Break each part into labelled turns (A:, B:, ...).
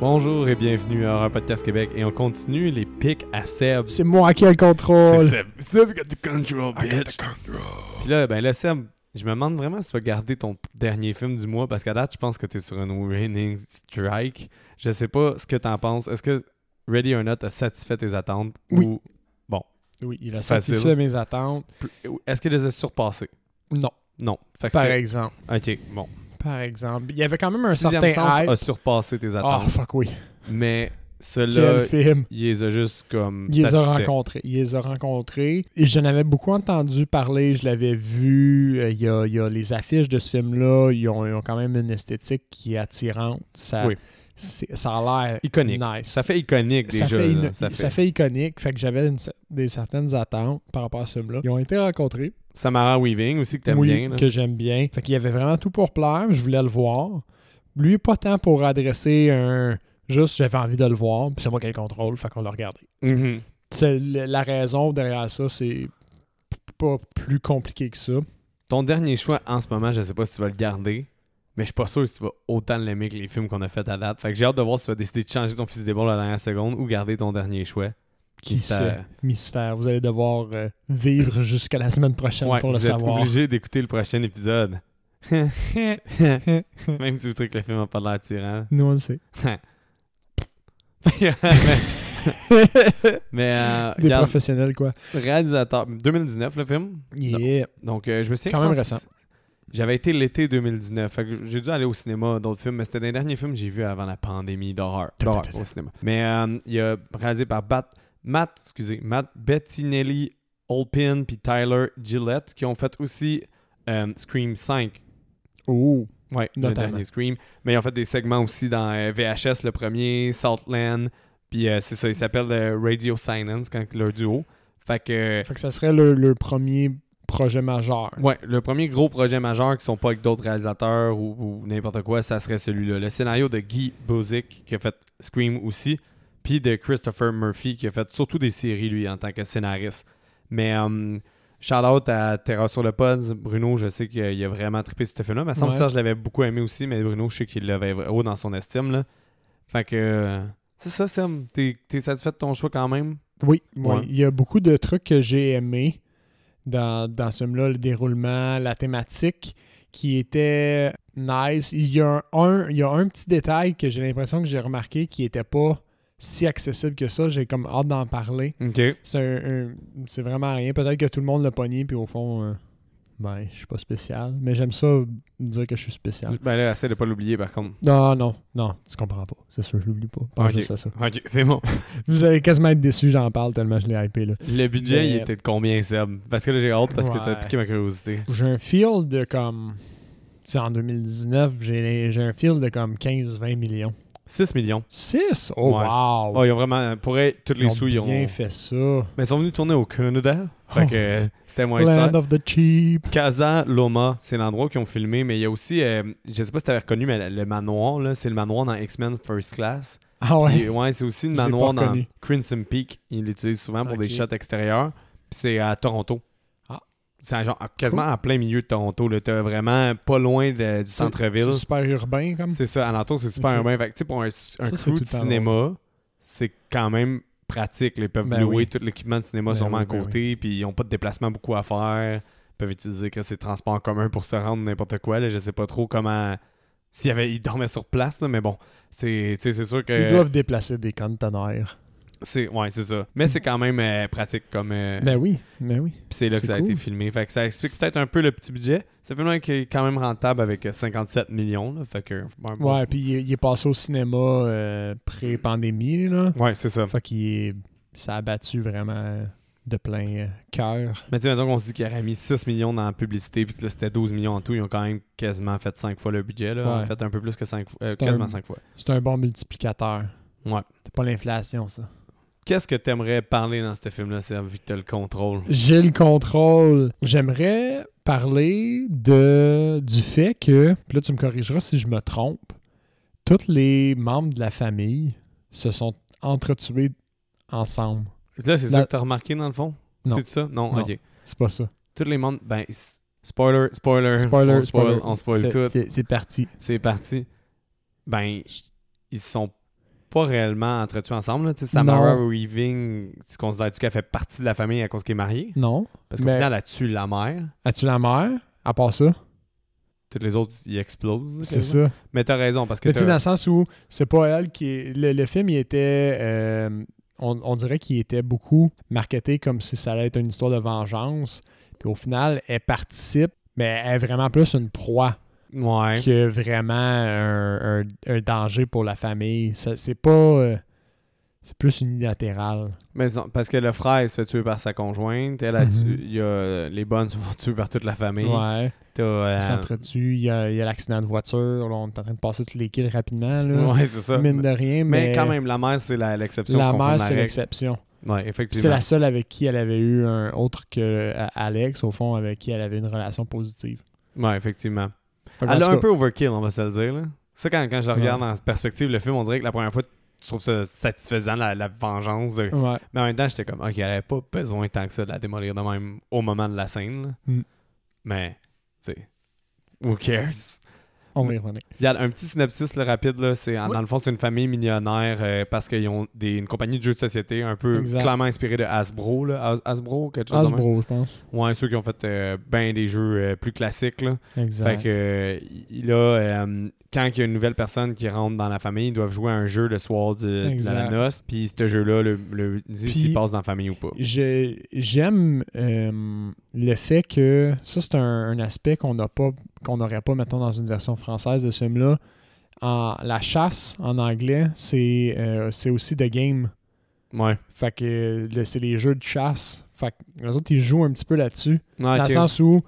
A: Bonjour et bienvenue à Horror Podcast Québec. Et on continue les pics à Seb.
B: C'est moi qui ai le
A: C'est
B: contrôle.
A: Seb. Seb got the control,
B: I got
A: bitch.
B: the control.
A: Puis là, ben là, Seb, je me demande vraiment si tu vas garder ton p- dernier film du mois parce qu'à date, je pense que tu es sur un winning strike. Je sais pas ce que t'en penses. Est-ce que Ready or Not a satisfait tes attentes
B: Oui.
A: ou
B: Oui, il a
A: Facile.
B: satisfait mes attentes.
A: p- ou est-ce qu'il les a surpassés?
B: Non,
A: Non. Fait que
B: par
A: c'était-
B: exemple.
A: Ok, bon.
B: Par exemple. Il y avait quand même un
A: Sixième sens
B: certain
A: a
B: hype.
A: surpassé tes
B: Ah,
A: attentes.
B: fuck oui.
A: Mais
B: Quel
A: ceux-là,
B: film.
A: il les a juste comme.
B: Il les a
A: satisfaits.
B: rencontrés. Il les a rencontrés. Et j'en avais beaucoup entendu parler. Je l'avais vu. Euh, Il y, a, il y a les affiches de ce film-là. Ils ont, ils ont quand même une esthétique qui est attirante. Ça,
A: Oui.
B: c'est- ça a l'air
A: Iconique.
B: nice.
A: Ça fait iconique déjà.
B: ça fait,
A: là.
B: ino-
A: ça, fait...
B: ça fait iconique. Fait que j'avais une cer- des certaines attentes par rapport à ce film-là. Ils ont été rencontrés.
A: Samara Weaving aussi que t'aimes
B: oui,
A: bien. là.
B: que j'aime bien. Fait qu'il y avait vraiment tout pour plaire. Je voulais le voir. Lui, pas tant pour adresser un... Juste, j'avais envie de le voir. Puis c'est moi qui ai le contrôle. Fait qu'on l'a regardé.
A: Mhm.
B: C'est le- la raison derrière ça, c'est p- pas plus compliqué que ça.
A: Ton dernier choix en ce moment, je sais pas si tu vas le garder, mais je suis pas sûr si tu vas autant l'aimer que les films qu'on a fait à date. Fait que j'ai hâte de voir si tu vas décider de changer ton fils d'épaule à la dernière seconde ou garder ton dernier choix.
B: Qui
A: Mystère.
B: sait? Mystère. Vous allez devoir euh, vivre jusqu'à la semaine prochaine
A: Ouais,
B: pour le
A: vous êtes
B: savoir.
A: obligé d'écouter le prochain épisode. Même si vous trouvez que le film a pas de l'air tirant.
B: Nous, on le sait.
A: mais euh,
B: Des
A: regarde,
B: professionnels, quoi.
A: réalisateur 2019 le film.
B: Yeah.
A: Donc, euh, je me souviens
B: Quand
A: je
B: même
A: pense que
B: récent.
A: J'avais été l'été 2019. Fait que j'ai dû aller au cinéma d'autres films, mais c'était les derniers films que j'ai vus avant la pandémie d'horreur
B: Ta, ta,
A: d'horreur
B: ta, ta.
A: au cinéma. Mais euh, il a réalisé par Bat- Matt, excusez, Matt Bettinelli, Olpin, puis Tyler Gillette, qui ont fait aussi euh, Scream 5.
B: Oh.
A: Ouais,
B: Notamment.
A: le dernier Scream. Mais ils ont fait des segments aussi dans euh, VHS, le premier, Saltland. Puis euh, c'est ça, ils s'appellent euh, Radio Silence, quand, leur duo. Fait que... euh,
B: Fait que ça serait le, le premier projet majeur.
A: Ouais, le premier gros projet majeur qui sont pas avec d'autres réalisateurs ou, ou n'importe quoi, ça serait celui-là. Le scénario de Guy Bozic qui a fait Scream aussi, puis de Christopher Murphy qui a fait surtout des séries lui en tant que scénariste. Mais shout out à Terra sur le Pods, Bruno, je sais qu'il a- il a vraiment trippé ce film-là. Mais semble que
B: Ouais.
A: Serge l'avait beaucoup aimé aussi, mais Bruno, je sais qu'il l'avait haut dans son estime. Là. Fait que euh, c'est ça, Sam. T'es t'es satisfait de ton choix quand même?
B: Oui, oui.
A: Ouais.
B: Il y a beaucoup de trucs que j'ai aimés dans, dans ce film-là, le déroulement, la thématique qui était nice. Il y a un, un- il y a un petit détail que j'ai l'impression que j'ai remarqué qui n'était pas si accessible que ça. J'ai comme hâte d'en parler.
A: Ok.
B: C'est un- un- c'est vraiment rien. Peut-être que tout le monde l'a pogné, puis au fond, euh, ben, je suis pas spécial. Mais j'aime ça dire que je suis spécial.
A: Ben là, essaie de pas l'oublier par contre.
B: Non, non, non, tu comprends pas. C'est sûr, je l'oublie pas. Pense
A: Ok.
B: juste à ça.
A: Ok, c'est bon.
B: Vous allez quasiment être déçus, j'en parle tellement je l'ai hypé. Là.
A: Le budget, il
B: Mais-
A: était de combien, Seb? Parce que là, j'ai hâte parce que t'as
B: Ouais.
A: piqué ma curiosité.
B: J'ai un field de comme. Tu sais, en 2019, j'ai j'ai un field de comme 15-20 millions.
A: 6 millions.
B: 6 Oh,
A: Ouais.
B: wow
A: Oh, ils ont vraiment... Pour être, tous les sous, ils
B: bien
A: ont...
B: fait ça.
A: Mais ils sont venus tourner au Canada. Fait
B: Oh.
A: que euh, c'était moins cher.
B: Land of the cheap.
A: Casa Loma, c'est l'endroit qu'ils ont filmé. Mais il y a aussi... euh, je sais pas si t'avais reconnu, mais le manoir, là, c'est le manoir dans X-Men First Class.
B: Ah
A: Puis, euh,
B: ouais.
A: ouais, c'est aussi le
B: Je l'ai
A: manoir
B: pas
A: dans
B: reconnu.
A: Crimson Peak. Ils l'utilisent souvent pour des
B: Ok.
A: shots extérieurs. Puis c'est à Toronto.
B: Ah.
A: C'est à genre, à- quasiment en plein milieu de Toronto. là. T'as vraiment pas loin de- du
B: C'est-
A: centre-ville.
B: C'est super urbain comme.
A: C'est ça, alentour, c'est super
B: Ok.
A: urbain. Fait que, tu sais, pour un, un
B: c'est
A: crew
B: tout
A: de
B: le temps
A: cinéma, c'est quand même pratique. là. Ils peuvent
B: Ben
A: louer
B: oui.
A: tout l'équipement de cinéma
B: Ben
A: sûrement
B: oui,
A: à
B: ben
A: côté, puis ils n'ont pas de déplacement beaucoup à faire. Ils peuvent utiliser que ces transports en commun pour se rendre n'importe quoi. Là. Je sais pas trop comment... S'il y avait, ils dormaient sur place, là, mais bon, c'est tu sais, c'est sûr
B: Ils
A: que
B: doivent déplacer des conteneurs.
A: c'est ouais c'est ça. Mais c'est quand même euh, pratique comme euh,
B: Ben oui, ben oui.
A: puis c'est là que
B: C'est
A: ça a été
B: cool.
A: filmé. Fait que ça explique peut-être un peu le petit budget. C'est film qui est quand même rentable avec euh, 57 millions. là. Fait que bon, bon,
B: Ouais, puis il, est- il est passé au cinéma euh, pré-pandémie, là.
A: ouais c'est ça.
B: Fait qu'il est- ça a battu vraiment de plein euh, cœur.
A: Mais tu sais, mettons qu'on se dit qu'il aurait mis 6 millions dans la publicité, puis que là, c'était 12 millions en tout, ils ont quand même quasiment fait 5 fois le budget, là.
B: Ouais.
A: En fait, un peu plus que 5 fois. euh,
B: C'est un-
A: quasiment 5 fois.
B: C'est un bon multiplicateur.
A: Ouais.
B: C'est pas l'inflation, ça.
A: Qu'est-ce que t'aimerais parler dans ce film-là, Seb, vu que t'as le contrôle?
B: J'ai le contrôle. J'aimerais parler de du fait que, puis là tu me corrigeras si je me trompe, tous les membres de la famille se sont entretués ensemble.
A: Là, c'est
B: La-
A: ça que t'as remarqué, dans le fond?
B: Non.
A: C'est ça? Non?
B: Non.
A: OK.
B: C'est pas ça.
A: Tous les mondes... Ben, s- spoiler, spoiler,
B: Spoiler,
A: on spoil,
B: spoiler.
A: on spoil
B: C'est-
A: tout.
B: C'est c'est parti.
A: C'est parti. Ben, ils se sont pas réellement entretués ensemble. là. Tu sais,
B: Non.
A: Samara Weaving, tu considères-tu qu'elle fait partie de la famille à cause qu'elle est mariée?
B: Non.
A: Parce qu'au
B: Mais-
A: final, elle tue la mère.
B: As-tu la mère? À part ça,
A: Toutes les autres, ils explosent. là,
B: c'est
A: quasiment.
B: ça.
A: Mais t'as raison, parce que
B: Mais tu sais,
A: t'as-
B: dans le sens où c'est pas elle qui est. Le, le film, il était. euh, on, on dirait qu'il était beaucoup marketé comme si ça allait être une histoire de vengeance. Puis au final, elle participe, mais elle est vraiment plus une proie
A: Ouais.
B: que vraiment un, un- un danger pour la famille. Ça- C'est pas. euh, c'est plus unilatéral.
A: Mais disons- parce que le frère il se fait tuer par sa conjointe. Elle a
B: Mhm.
A: tu- il y a- les bonnes se font tuer par toute la famille.
B: Ouais.
A: T'as, euh,
B: Ils s'entretuent, il y a il y a l'accident de voiture, là, on est en train de passer toutes les kills rapidement. Là.
A: Ouais, c'est ça.
B: Mine de rien, mais,
A: mais, quand même, la mère, c'est la- l'exception.
B: la
A: qu'on fait
B: mère,
A: de
B: c'est
A: règle.
B: l'exception.
A: Ouais,
B: Puis C'est
A: effectivement.
B: la seule avec qui elle avait eu un autre que euh, Alex, au fond, avec qui elle avait une relation positive.
A: Ouais, effectivement.
B: Fait que, en
A: Elle a
B: tout
A: un
B: cas,
A: peu overkill, on va se le dire. Là. Ça, quand, quand je le regarde
B: Ouais.
A: en perspective, le film, on dirait que la première fois, tu trouves ça satisfaisant, la, la vengeance. de-
B: Ouais.
A: Mais en même temps, j'étais comme, OK, elle avait pas besoin tant que ça de la démolir de même au moment de la scène. là.
B: Mm.
A: Mais, tu sais, who cares?
B: On va y revenir.
A: Regarde, un petit synopsis là, rapide, là, c'est
B: Oui.
A: dans le fond, c'est une famille millionnaire euh, parce qu'ils ont des, une compagnie de jeux de société un peu
B: Exact.
A: clairement inspirée de Hasbro. Là. Has- Hasbro, quelque chose de même.
B: Hasbro, je pense.
A: Ouais, ceux qui ont fait euh, ben des jeux euh, plus classiques. Là. Fait
B: Exact.
A: que euh, il- là, euh, quand il y a une nouvelle personne qui rentre dans la famille, ils doivent jouer à un jeu le soir du- de
B: Exact.
A: la noce. Puis ce jeu-là, le, le dit
B: Puis-
A: s'il passe dans la famille ou pas.
B: Je- J'aime euh, le fait que ça, c'est un, un aspect qu'on n'a pas qu'on n'aurait pas, mettons, dans une version française de ce film-là. En- La chasse, en anglais, c'est euh, c'est aussi The Game.
A: Ouais.
B: Fait que euh, le- c'est les jeux de chasse. Fait que les autres, ils jouent un petit peu là-dessus.
A: Ah,
B: Dans le
A: ok.
B: sens où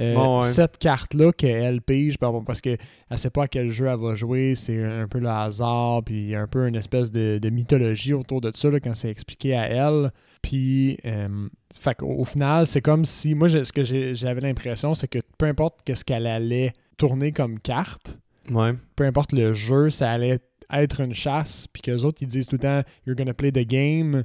B: euh,
A: Bon, ouais.
B: cette carte-là qu'elle pige, par- parce qu'elle ne sait pas à quel jeu elle va jouer, c'est un peu le hasard, puis il y a un peu une espèce de, de mythologie autour de ça là, quand c'est expliqué à elle. Puis, euh, fait au, final, c'est comme si, moi, j'ai- ce que j'ai- j'avais l'impression, c'est que peu importe qu'est-ce qu'elle allait tourner comme carte,
A: Ouais.
B: peu importe le jeu, ça allait être une chasse, puis qu'eux autres, ils disent tout le temps « you're gonna play the game »,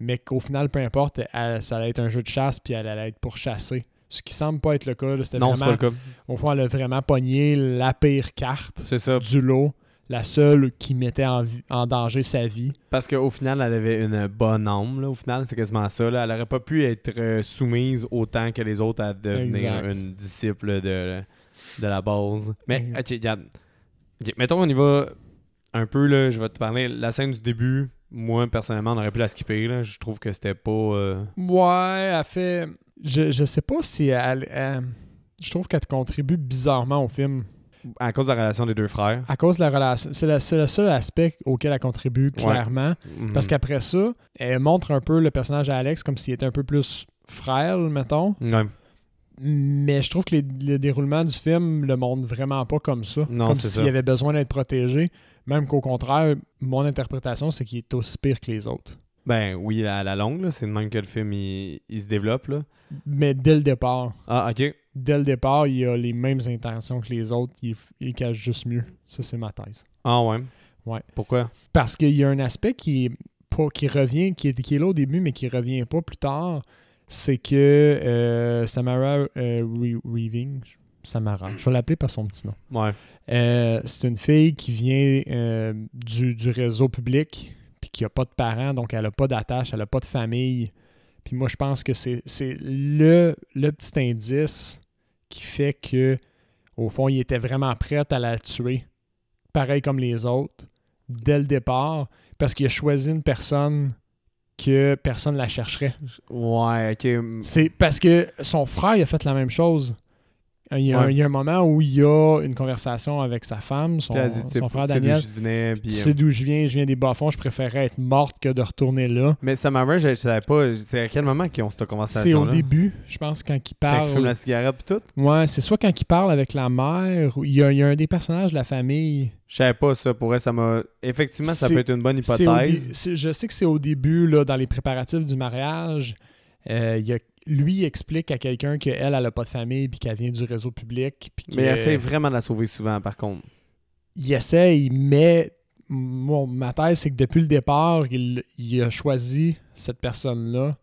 B: mais qu'au final, peu importe, elle- ça allait être un jeu de chasse, puis elle allait être pourchassée. Ce qui semble pas être le cas. là. C'était
A: Non, c'est pas
B: vraiment,
A: le cas.
B: au fond, elle a vraiment pogné la pire carte
A: C'est ça.
B: du lot, la seule qui mettait en, vi- en danger sa vie.
A: Parce qu'au final, elle avait une bonne âme. Là. Au final, c'est quasiment ça. là. Elle aurait pas pu être euh, soumise autant que les autres à devenir
B: Exact.
A: une disciple de, de la base. Mais,
B: Exact.
A: ok, regarde. Ok, mettons, on y va un peu. Là, je vais te parler. La scène du début, moi, personnellement, on aurait pu la skipper. Là. Je trouve que c'était pas. euh,
B: Ouais, elle fait... Je, je sais pas si elle... elle- je trouve qu'elle contribue bizarrement au film.
A: à cause de la relation des deux frères.
B: À cause de la relation... C'est la- c'est le seul aspect auquel elle contribue clairement.
A: Mhm.
B: Parce qu'après ça, elle montre un peu le personnage à Alex comme s'il était un peu plus frère, mettons.
A: Ouais.
B: Mais je trouve que les- le déroulement du film le montre vraiment pas comme ça.
A: Non,
B: comme
A: c'est
B: s'il
A: ça.
B: avait besoin d'être protégé. Même qu'au contraire, mon interprétation, c'est qu'il est aussi pire que les autres.
A: Ben oui, à la longue, là, c'est de même que le film il, il se développe. Là.
B: Mais dès le départ,
A: Ah, ok.
B: dès le départ, il a les mêmes intentions que les autres. Il, il cache juste mieux. Ça, c'est ma thèse.
A: Ah, ouais.
B: Ouais.
A: Pourquoi
B: Parce qu'il y a un aspect qui est pas, qui revient, qui est, qui est là au début, mais qui revient pas plus tard, c'est que euh, Samara euh, Re- Reaving, Samara, je vais l'appeler par son petit nom.
A: Ouais.
B: Euh, c'est une fille qui vient euh, du, du réseau public, puis qui a pas de parents, donc elle a pas d'attache, elle a pas de famille. Puis moi, je pense que c'est c'est le, le petit indice qui fait que, au fond, il était vraiment prêt à la tuer, pareil comme les autres, dès le départ, parce qu'il a choisi une personne que personne la chercherait.
A: Ouais, ok.
B: C'est parce que son frère il a fait la même chose. Euh, Il y a,
A: Ouais.
B: il y a un moment où il y a une conversation avec sa femme, son,
A: Puis elle dit, tu sais,
B: son frère
A: tu sais d'où
B: Daniel.
A: je venais,
B: Tu
A: puis, euh,
B: sais d'où je viens, je viens des bas-fonds, je préférais être morte que de retourner là.
A: Mais ça m'avait, je, je savais pas. C'est à quel moment qu'ils ont cette
B: C'est
A: conversation-là
B: au début, je pense, quand il
A: Quand
B: parle.
A: ils fument la cigarette puis tout
B: Ouais, c'est soit quand il parle avec la mère, ou il y a, il y a un des personnages de la famille.
A: Je savais pas ça. Pour elle, ça m'a. Effectivement, ça
B: C'est-
A: peut être une bonne
B: C'est au dé-
A: hypothèse.
B: c'est- je sais que c'est au début, là, dans les préparatifs du mariage, euh, il y a- lui il explique à quelqu'un qu'elle, elle n'a pas de famille, puis qu'elle vient du réseau public. puis
A: Mais
B: que-
A: elle essaie vraiment de la sauver souvent, par contre.
B: il essaye, mais mon- ma thèse, c'est que depuis le départ, il, il a choisi cette personne-là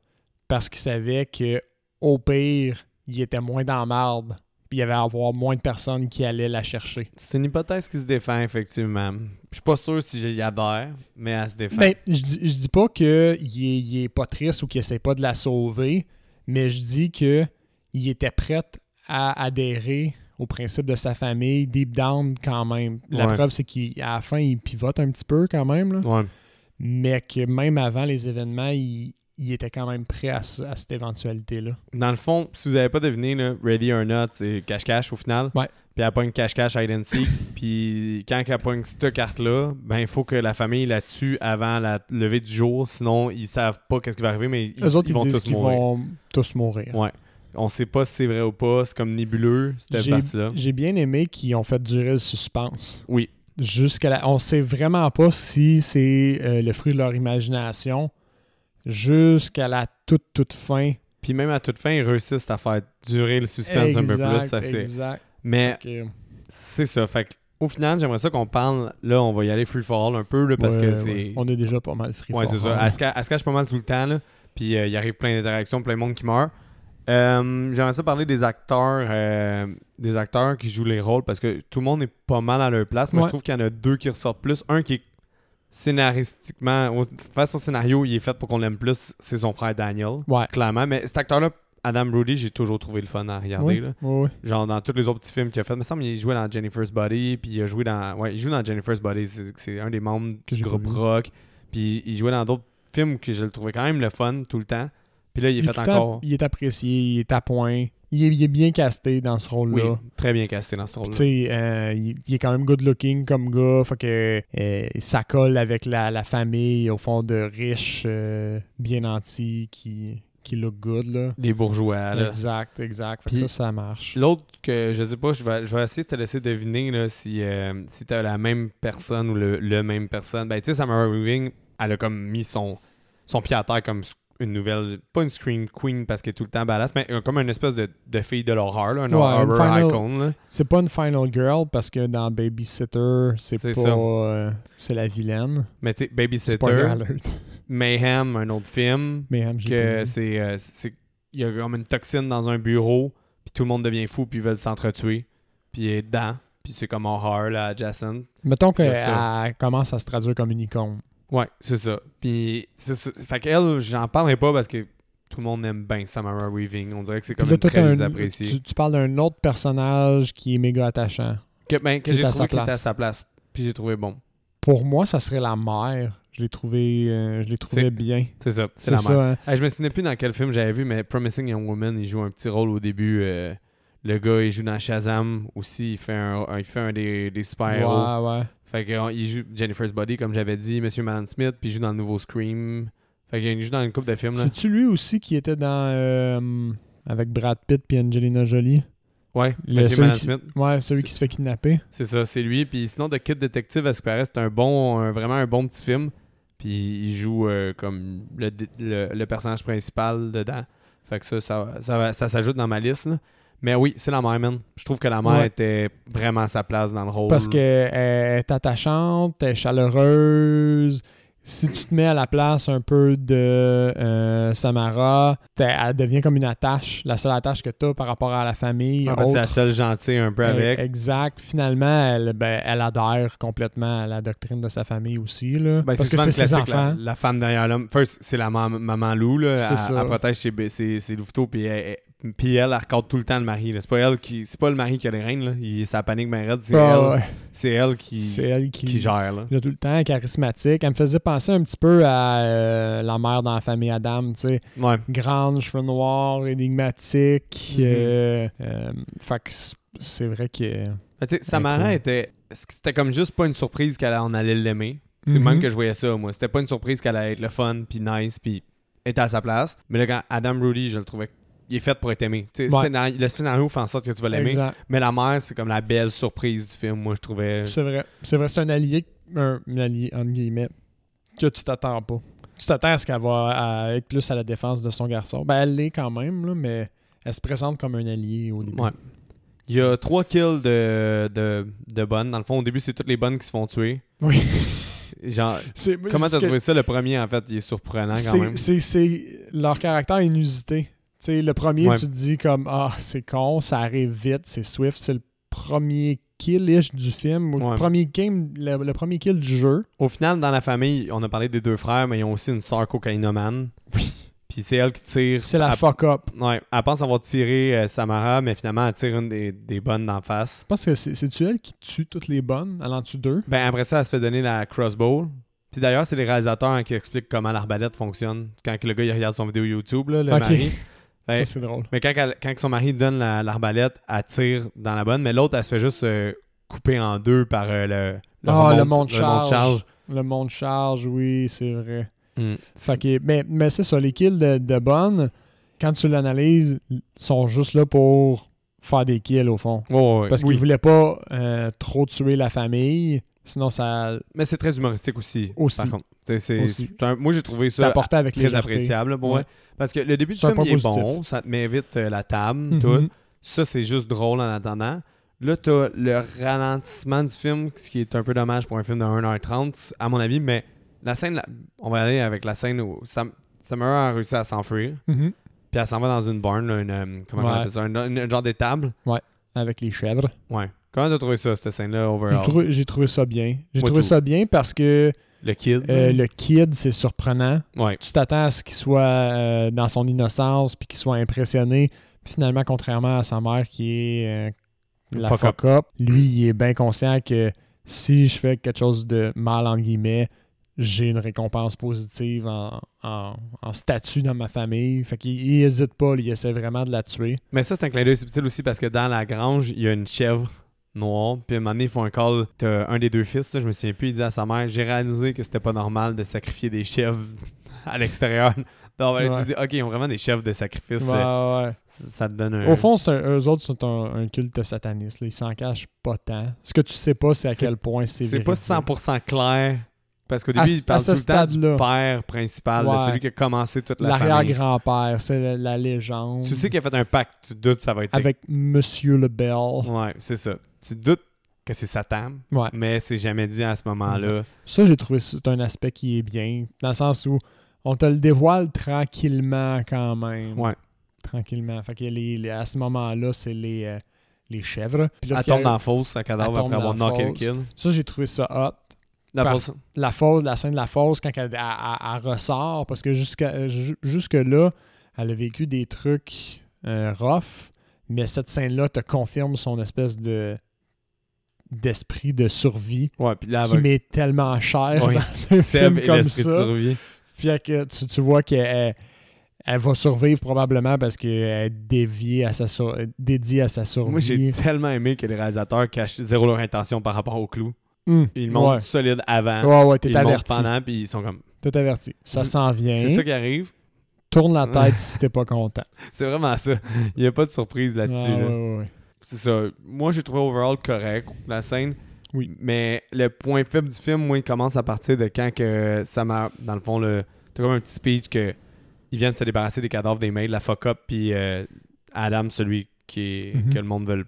B: parce qu'il savait que au pire, il était moins dans la marde puis il y avait à avoir moins de personnes qui allaient la chercher.
A: C'est une hypothèse qui se défend, effectivement. Je suis pas sûr si j'y adhère, mais elle se défend.
B: Ben, je dis, je dis pas qu'il est, il est pas triste ou qu'il essaie pas de la sauver, mais je dis que il était prêt à adhérer au principe de sa famille, deep down quand même. La
A: Ouais.
B: preuve, c'est qu'à la fin, il pivote un petit peu quand même, là.
A: Ouais.
B: mais que même avant les événements, il, il était quand même prêt à, ce- à cette éventualité-là.
A: Dans le fond, si vous n'avez pas deviné, là, Ready or Not, c'est cache-cache au final.
B: Ouais.
A: Puis elle pogne cache-cache hide and seek. Puis quand elle pogne cette carte-là, ben il faut que la famille la tue avant la levée du jour. Sinon, ils savent pas qu'est-ce qui va arriver, mais ils,
B: Eux autres,
A: ils
B: ils,
A: vont
B: disent
A: tous
B: qu'ils
A: mourir.
B: vont tous mourir.
A: Ouais. On sait pas si c'est vrai ou pas. C'est comme nébuleux, cette
B: J'ai-
A: partie-là.
B: J'ai bien aimé qu'ils ont fait durer le suspense.
A: Oui.
B: Jusqu'à la... On sait vraiment pas si c'est euh, le fruit de leur imagination jusqu'à la toute, toute fin.
A: Puis même à toute fin, ils réussissent à faire durer le suspense un peu plus. ça,
B: Exact,
A: c'est-
B: exact. Euh,
A: Mais
B: Ok.
A: c'est ça. Fait que, au final, j'aimerais ça qu'on parle. Là, on va y aller free for all un peu là, parce
B: Ouais,
A: que
B: ouais.
A: c'est.
B: On est déjà pas mal free
A: Ouais,
B: for
A: c'est
B: all.
A: ça. Elle se, ca- elle se cache pas mal tout le temps. Là. Puis euh, il arrive plein d'interactions, plein de monde qui meurt. Euh, J'aimerais ça parler des acteurs euh, des acteurs qui jouent les rôles parce que tout le monde est pas mal à leur place. Moi,
B: Ouais.
A: je trouve qu'il y en a deux qui ressortent plus. Un qui est scénaristiquement, au- face au scénario, il est fait pour qu'on l'aime plus, c'est son frère Daniel,
B: Ouais.
A: clairement. Mais cet acteur-là, Adam Brody, j'ai toujours trouvé le fun à regarder.
B: Oui,
A: là.
B: oui, oui.
A: Genre dans tous les autres petits films qu'il a fait. Il me semble qu'il jouait dans Jennifer's Body, puis il a joué dans. Ouais, il joue dans Jennifer's Body, c'est c'est un des membres
B: Que
A: du
B: j'ai
A: groupe
B: pas vu.
A: rock. Puis il jouait dans d'autres films que je le trouvais quand même le fun tout le temps. Puis là, il est
B: tout
A: fait
B: le temps-
A: encore.
B: il est apprécié, il est à point. Il est, il est bien casté dans ce
A: Oui,
B: rôle-là.
A: très bien casté dans ce
B: Puis,
A: rôle-là.
B: Tu sais, euh, il, il est quand même good looking comme gars, fait que euh, ça colle avec la, la famille au fond de riches, euh, bien nantis, qui, qui look good là.
A: Les bourgeois, Ah, là.
B: Exact, exact. Fait que
A: Puis-
B: ça, ça marche.
A: L'autre que je sais pas, je vais, je vais essayer de te laisser deviner là, si, euh, si t'as la même personne ou le, le même personne. Ben, tu sais, Samara Weaving, elle a comme mis son, son pied à terre comme s- une nouvelle, pas une Scream Queen parce qu'elle est tout le temps badass, mais euh, comme une espèce de, de fille de l'horreur, là, un
B: Ouais,
A: horror
B: une final-
A: icon. là.
B: C'est pas une final girl parce que dans Babysitter, c'est
A: C'est
B: pas,
A: ça.
B: euh, c'est la vilaine.
A: Mais tu sais,
B: Spoiler
A: Babysitter,
B: alert.
A: Mayhem, un autre film,
B: Mais hein, j'ai pas
A: que
B: vu.
A: c'est. euh, c'est- Il y a comme une toxine dans un bureau, puis tout le monde devient fou, puis ils veulent s'entretuer, puis il est dedans, puis c'est comme horreur, là, Jason.
B: Mettons
A: que ça.
B: qu'elle commence à se traduire comme une icône.
A: Ouais, c'est ça. Puis, c'est ça. Fait qu'elle, j'en parlerai pas parce que tout le monde aime bien Samara Weaving. On dirait que c'est comme
B: Puis là,
A: une
B: toi,
A: très
B: t'as un-
A: appréciée.
B: tu, tu parles d'un autre personnage qui est méga attachant.
A: Que, ben, que
B: qui est
A: j'ai
B: à
A: trouvé
B: sa
A: qu'il était à
B: place.
A: sa place. Puis j'ai trouvé bon.
B: Pour moi, ça serait la mère. Je l'ai trouvé, euh, je l'ai trouvé
A: C'est-
B: bien.
A: C'est ça, c'est
B: C'est
A: la
B: ça.
A: mère.
B: hein.
A: Hey, je me souviens plus dans quel film j'avais vu, mais Promising Young Woman, il joue un petit rôle au début. euh, le gars, il joue dans Shazam aussi. Il fait un, un- il fait un des, des super-héros.
B: ouais, ouais.
A: Fait que, euh, il joue Jennifer's Body, comme j'avais dit, Monsieur Malan Smith, puis il joue dans le nouveau Scream. Fait qu'il joue dans une couple de films. Là.
B: C'est-tu lui aussi qui était dans euh, avec Brad Pitt puis Angelina Jolie?
A: Ouais,
B: Le-
A: Monsieur
B: celui
A: Malan
B: qui-
A: Smith.
B: Ouais, celui
A: C'est-
B: qui se fait kidnapper.
A: C'est ça, c'est lui. Puis sinon, The Kid Detective, à ce qui paraît, c'est un bon, un- vraiment un bon petit film. Puis il joue euh, comme le, dé- le- le personnage principal dedans. Fait que ça, ça, ça, va- ça s'ajoute dans ma liste. là. Mais oui, c'est la mère, man. Je trouve que la mère
B: Ouais.
A: était vraiment à sa place dans le rôle.
B: Parce que euh, elle est attachante, elle est chaleureuse. Si tu te mets à la place un peu de euh, Samara, t'es- elle devient comme une attache, la seule attache que t'as par rapport à la famille.
A: Ah, parce que c'est
B: autre.
A: la seule gentille un peu avec.
B: Eh, Exact. Finalement, elle, ben, elle adhère complètement à la doctrine de sa famille aussi. Là,
A: Ben,
B: parce que
A: souvent
B: c'est
A: le
B: ses
A: classique, la,
B: enfants.
A: la femme derrière l'homme. First, c'est la mam- maman loup, là.
B: C'est
A: Elle,
B: ça.
A: elle protège ses, bé- ses, ses louveteaux, puis elle, elle- puis elle, elle recorde tout le temps le mari. là. C'est pas elle qui, c'est pas le mari qui a les règnes, là. Il, ça panique, mais c'est
B: Ah,
A: elle.
B: ouais.
A: c'est elle qui,
B: C'est elle qui,
A: qui gère. Là.
B: elle a tout le temps, charismatique. Elle me faisait penser un petit peu à euh, la mère dans la famille Adam, tu sais.
A: Ouais.
B: Grande, cheveux noirs, énigmatique.
A: Mhm.
B: euh, euh, fait que c'est- c'est vrai que...
A: Fait, tu sais, Samara
B: cool.
A: était. C'était comme juste pas une surprise qu'on allait l'aimer. C'est le
B: Mhm.
A: même que je voyais ça, moi. C'était pas une surprise qu'elle allait être le fun, puis nice, puis était à sa place. Mais là, quand Adam Brody, je le trouvais. Il est fait pour être aimé. Tu sais,
B: Ouais.
A: scénari- le scénario fait en sorte que tu vas l'aimer.
B: Exact.
A: Mais la mère, c'est comme la belle surprise du film, moi, je trouvais.
B: C'est vrai. C'est vrai, c'est un allié, un, un allié, entre guillemets, que tu t'attends pas. Tu t'attends à ce qu'elle va à être plus à la défense de son garçon. Ben, elle l'est quand même, là, mais elle se présente comme un allié au début.
A: Ouais. Il y a trois kills de, de, de bonnes. Dans le fond, au début, c'est toutes les bonnes qui se font tuer.
B: Oui.
A: Genre,
B: C'est- moi,
A: comment
B: c'est
A: t'as
B: ce que-
A: trouvé ça? Le premier, en fait, il est surprenant quand
B: c'est-
A: même.
B: C'est c'est leur caractère inusité. sais, le premier,
A: Ouais.
B: tu te dis comme Ah, c'est con, ça arrive vite, c'est Swift, c'est le premier kill-ish du film, ou
A: Ouais.
B: le premier game, le, le premier kill du jeu.
A: Au final, dans la famille, on a parlé des deux frères, mais ils ont aussi une sœur cocaïnomane.
B: Oui.
A: Puis c'est elle qui tire.
B: C'est la
A: elle,
B: fuck-up.
A: ouais, elle pense avoir tiré euh, Samara, mais finalement, elle tire une des, des bonnes d'en face.
B: Je pense que c'est- c'est-tu elle qui tue toutes les bonnes? Elle en tue deux?
A: Ben après ça, elle se fait donner la crossbow. Puis d'ailleurs, c'est les réalisateurs hein, qui expliquent comment l'arbalète fonctionne quand le gars il regarde son vidéo YouTube, là, le
B: Ok.
A: mari. Ben,
B: Ça, c'est drôle.
A: Mais quand, elle- quand son mari donne la- l'arbalète, elle tire dans la bonne, mais l'autre, elle se fait juste euh, couper en deux par euh, le,
B: Ah, le
A: remonte-
B: monte-charge.
A: monte-charge.
B: Le monde charge, oui, c'est vrai.
A: Mm.
B: Fait que- mais mais c'est ça, les kills de, de bonnes, quand tu l'analyses, sont juste là pour faire des kills au fond.
A: Ouais, ouais,
B: Parce
A: oui.
B: qu'ils voulaient pas euh, trop tuer la famille, sinon ça
A: Mais c'est très humoristique aussi.
B: Aussi.
A: Par contre. C'est- c'est-
B: Aussi.
A: c'est un- moi, j'ai trouvé ça
B: t'apportait avec les
A: très appréciable. là, pour
B: Ouais.
A: vrai. Parce que le début du
B: C'est un
A: film, il est
B: point positif. Mhm.
A: bon. Ça te met vite euh, la table, tout. Ça, c'est juste drôle en attendant. Là, t'as le ralentissement du film, ce qui est un peu dommage pour un film de 1h30, à mon avis. Mais la scène, là- on va aller avec la scène où Sam, Samara a réussi à s'enfuir.
B: Mhm.
A: Puis elle s'en va dans une barn, là, une, euh, comment on
B: Ouais.
A: appelle ça, un, un- un genre d'étable.
B: Avec les chèvres.
A: Ouais. Comment t'as trouvé ça, cette scène-là,
B: J'ai
A: overall?
B: trouvé, j'ai trouvé ça bien. J'ai
A: Moi
B: trouvé
A: tout.
B: ça bien parce que
A: Le kid.
B: euh, le kid, c'est surprenant.
A: Ouais.
B: Tu t'attends à ce qu'il soit euh, dans son innocence puis qu'il soit impressionné. Puis finalement, contrairement à sa mère qui est euh, la
A: Fuck up.
B: fuck up, lui, il est bien conscient que si je fais quelque chose de mal, entre guillemets, j'ai une récompense positive en, en, en statut dans ma famille. Fait qu'il il hésite pas, il essaie vraiment de la tuer.
A: Mais ça, c'est un clin d'œil subtil aussi parce que dans la grange, il y a une chèvre noire. Puis à un moment donné, ils font un call. T'as un des deux fils, là, je me souviens plus, il dit à sa mère J'ai réalisé que c'était pas normal de sacrifier des chèvres à l'extérieur. Donc ben, là,
B: Ouais.
A: tu dis Ok, ils ont vraiment des chèvres de sacrifice.
B: Ouais, ouais.
A: Ça ça te donne un.
B: Au fond, c'est un- eux autres sont un, un culte sataniste. là. Ils s'en cachent pas tant. Ce que tu sais pas, c'est à
A: C'est-
B: quel point c'est
A: c'est pas
B: véridique.
A: 100% clair. Parce qu'au
B: À
A: début,
B: ce-
A: il parle
B: à ce
A: tout le temps du
B: stade-là.
A: père principal, de
B: Ouais.
A: celui qui a commencé toute la famille.
B: L'arrière-grand-père, c'est la, la légende.
A: Tu sais qu'il a fait un pacte, tu doutes que ça va être.
B: Avec Monsieur Lebel.
A: Ouais, c'est ça. Tu doutes que c'est Satan,
B: Ouais.
A: mais c'est jamais dit à ce moment-là.
B: Ça, j'ai trouvé c'est un aspect qui est bien. Dans le sens où on te le dévoile tranquillement quand même.
A: Ouais.
B: Tranquillement. Fait que les- les- à ce moment-là, c'est les, euh, les chèvres. Puis là,
A: Elle
B: ce qui
A: tombe dans
B: arrive-
A: la fosse, sa cadavre,
B: Elle tombe
A: après avoir
B: dans la
A: knocké le kid.
B: fosse. Ça, j'ai trouvé ça hot.
A: La
B: Par-
A: fosse.
B: la fosse, la scène de la fosse, quand elle, elle- elle- elle ressort, parce que jusqu'à ju- jusque-là, elle a vécu des trucs euh, rough, mais cette scène-là te confirme son espèce de d'esprit de survie
A: Ouais, puis là,
B: qui
A: avec
B: m'est tellement cher
A: Oui.
B: dans un
A: Seb
B: film
A: et
B: comme
A: l'esprit de
B: ça.
A: survie.
B: Fait que tu, tu vois qu'elle elle- elle va survivre probablement parce qu'elle est déviée à sa sur- dédiée à sa survie.
A: Moi, j'ai tellement aimé que les réalisateurs cachent zéro leur intention par rapport au clou.
B: Hum,
A: Ils montent
B: ouais.
A: solide avant,
B: Ouais, ouais,
A: ils
B: t'es
A: le montent
B: averti. Hein?
A: pendant, puis ils sont comme...
B: T'es averti. Ça s'en vient.
A: C'est ça qui arrive.
B: Tourne la tête si t'es pas content.
A: C'est vraiment ça. Il n'y a pas de surprise là-dessus.
B: Ah,
A: là.
B: ouais, ouais, ouais.
A: C'est ça. Moi, j'ai trouvé overall correct la scène.
B: Oui.
A: Mais le point faible du film, moi, il commence à partir de quand que ça m'a. Dans le fond, le... t'as comme un petit speech que ils viennent se débarrasser des cadavres des maids, la fuck up, puis euh, Adam, celui qui est...
B: Mhm.
A: que le monde veut le,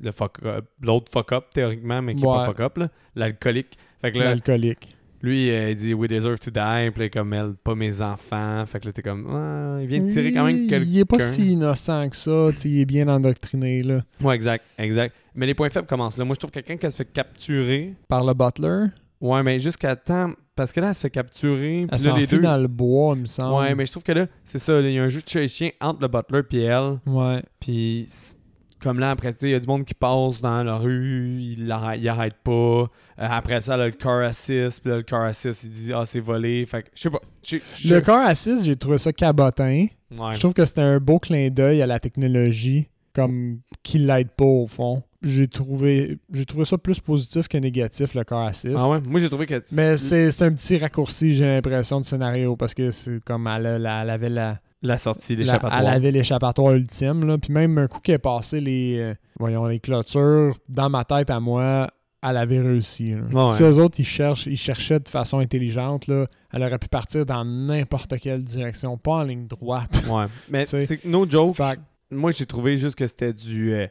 A: le fuck up. L'autre fuck up, théoriquement, mais qui est pas
B: Ouais.
A: fuck up, là. l'alcoolique. Fait que là,
B: L'alcoolique.
A: lui, euh, il dit We deserve to die, puis là, comme elle, pas mes enfants. Fait que là, t'es comme. Ah, il vient de tirer quand même
B: Oui,
A: quelqu'un.
B: Il est pas si innocent que ça. tu sais, Il est bien endoctriné là,
A: Ouais, exact, exact. Mais les points faibles commencent là. Moi, je trouve quelqu'un qui se fait capturer.
B: par le butler.
A: Ouais, mais jusqu'à temps. Parce que là, elle se fait capturer.
B: Elle
A: Puis là, les
B: s'enfuit
A: deux.
B: dans le bois, il me semble.
A: Ouais, mais je trouve que là, c'est ça. là, Il y a un jeu de chat et chien entre le butler puis elle.
B: Ouais.
A: Puis, c'est- comme là, après, tu sais, il y a du monde qui passe dans la rue. Il l'arrête, il arrête pas. Euh, après ça, elle a le car assist. Puis là, le car assist, il dit Ah, c'est volé. Fait que, je sais pas. Je- je-
B: Le corps à 6, j'ai trouvé ça cabotin.
A: Ouais.
B: Je trouve que c'était un beau clin d'œil à la technologie, comme qui l'aide pas au fond. J'ai trouvé, j'ai trouvé ça plus positif que négatif, le corps à 6.
A: Ah ouais, moi j'ai trouvé que.
B: Mais c'est c'est un petit raccourci, j'ai l'impression, de scénario, parce que c'est comme elle, a la- elle avait la,
A: La sortie,
B: la-
A: l'échappatoire.
B: Elle avait l'échappatoire ultime. Là. Puis même un coup qu'elle est passé les, euh, voyons, les clôtures, dans ma tête à moi, elle avait réussi. là.
A: Ouais.
B: Si eux autres, ils, cherchent, ils cherchaient de façon intelligente, là, elle aurait pu partir dans n'importe quelle direction, pas en ligne droite.
A: Ouais. Mais
B: Tu sais.
A: c'est no joke.
B: Fait que,
A: Moi j'ai trouvé juste que c'était du, euh,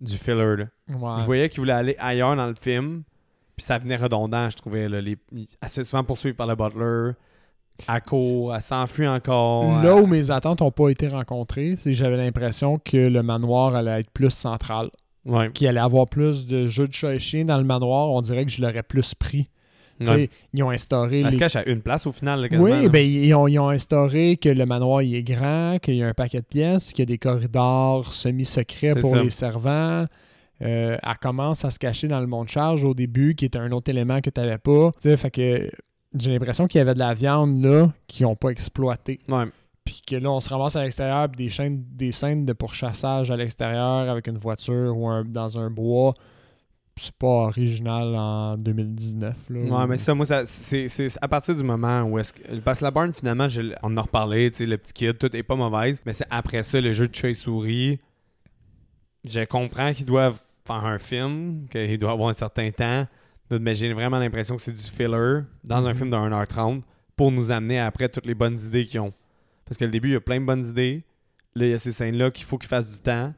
A: du filler. Là. Je
B: ouais.
A: voyais qu'il voulait aller ailleurs dans le film. Puis ça venait redondant, je trouvais. Là, les... Il- Elle se fait souvent poursuivre par le butler. à court, elle s'enfuit encore.
B: Là
A: elle-
B: où mes attentes n'ont pas été rencontrées, c'est que j'avais l'impression que le manoir allait être plus central,
A: Ouais.
B: qu'il allait avoir plus de jeux de chat et chien dans le manoir. On dirait que je l'aurais plus pris. Tu sais,
A: Ouais.
B: Ils ont instauré
A: Elle
B: les
A: se cache à une place au final, là, quasiment.
B: Oui,
A: là.
B: ben, ils, ont, ils ont instauré que le manoir il est grand, qu'il y a un paquet de pièces, qu'il y a des corridors semi-secrets
A: C'est
B: pour
A: ça.
B: les servants. Euh, elle commence à se cacher dans le monde charge au début, qui est un autre élément que tu n'avais pas. Tu sais, fait que j'ai l'impression qu'il y avait de la viande là qu'ils n'ont pas exploité.
A: Ouais.
B: Puis que là, on se ramasse à l'extérieur, puis des, chaînes- des scènes de pourchassage à l'extérieur avec une voiture ou un- dans un bois. C'est pas original en 2019. Là,
A: Ouais, mais ça, moi, ça, c'est c'est à partir du moment où est-ce que. Parce que la barn, finalement, je l- on en a reparlé, tu sais, le petit kid, tout est pas mauvaise, mais c'est après ça, le jeu de chat et souris. Je comprends qu'ils doivent faire un film, qu'il doit avoir un certain temps, mais j'ai vraiment l'impression que c'est du filler dans un
B: Mhm.
A: film de 1h30 pour nous amener après toutes les bonnes idées qu'ils ont. Parce que le début, il y a plein de bonnes idées. Là, il y a ces scènes-là qu'il faut qu'ils fassent du temps.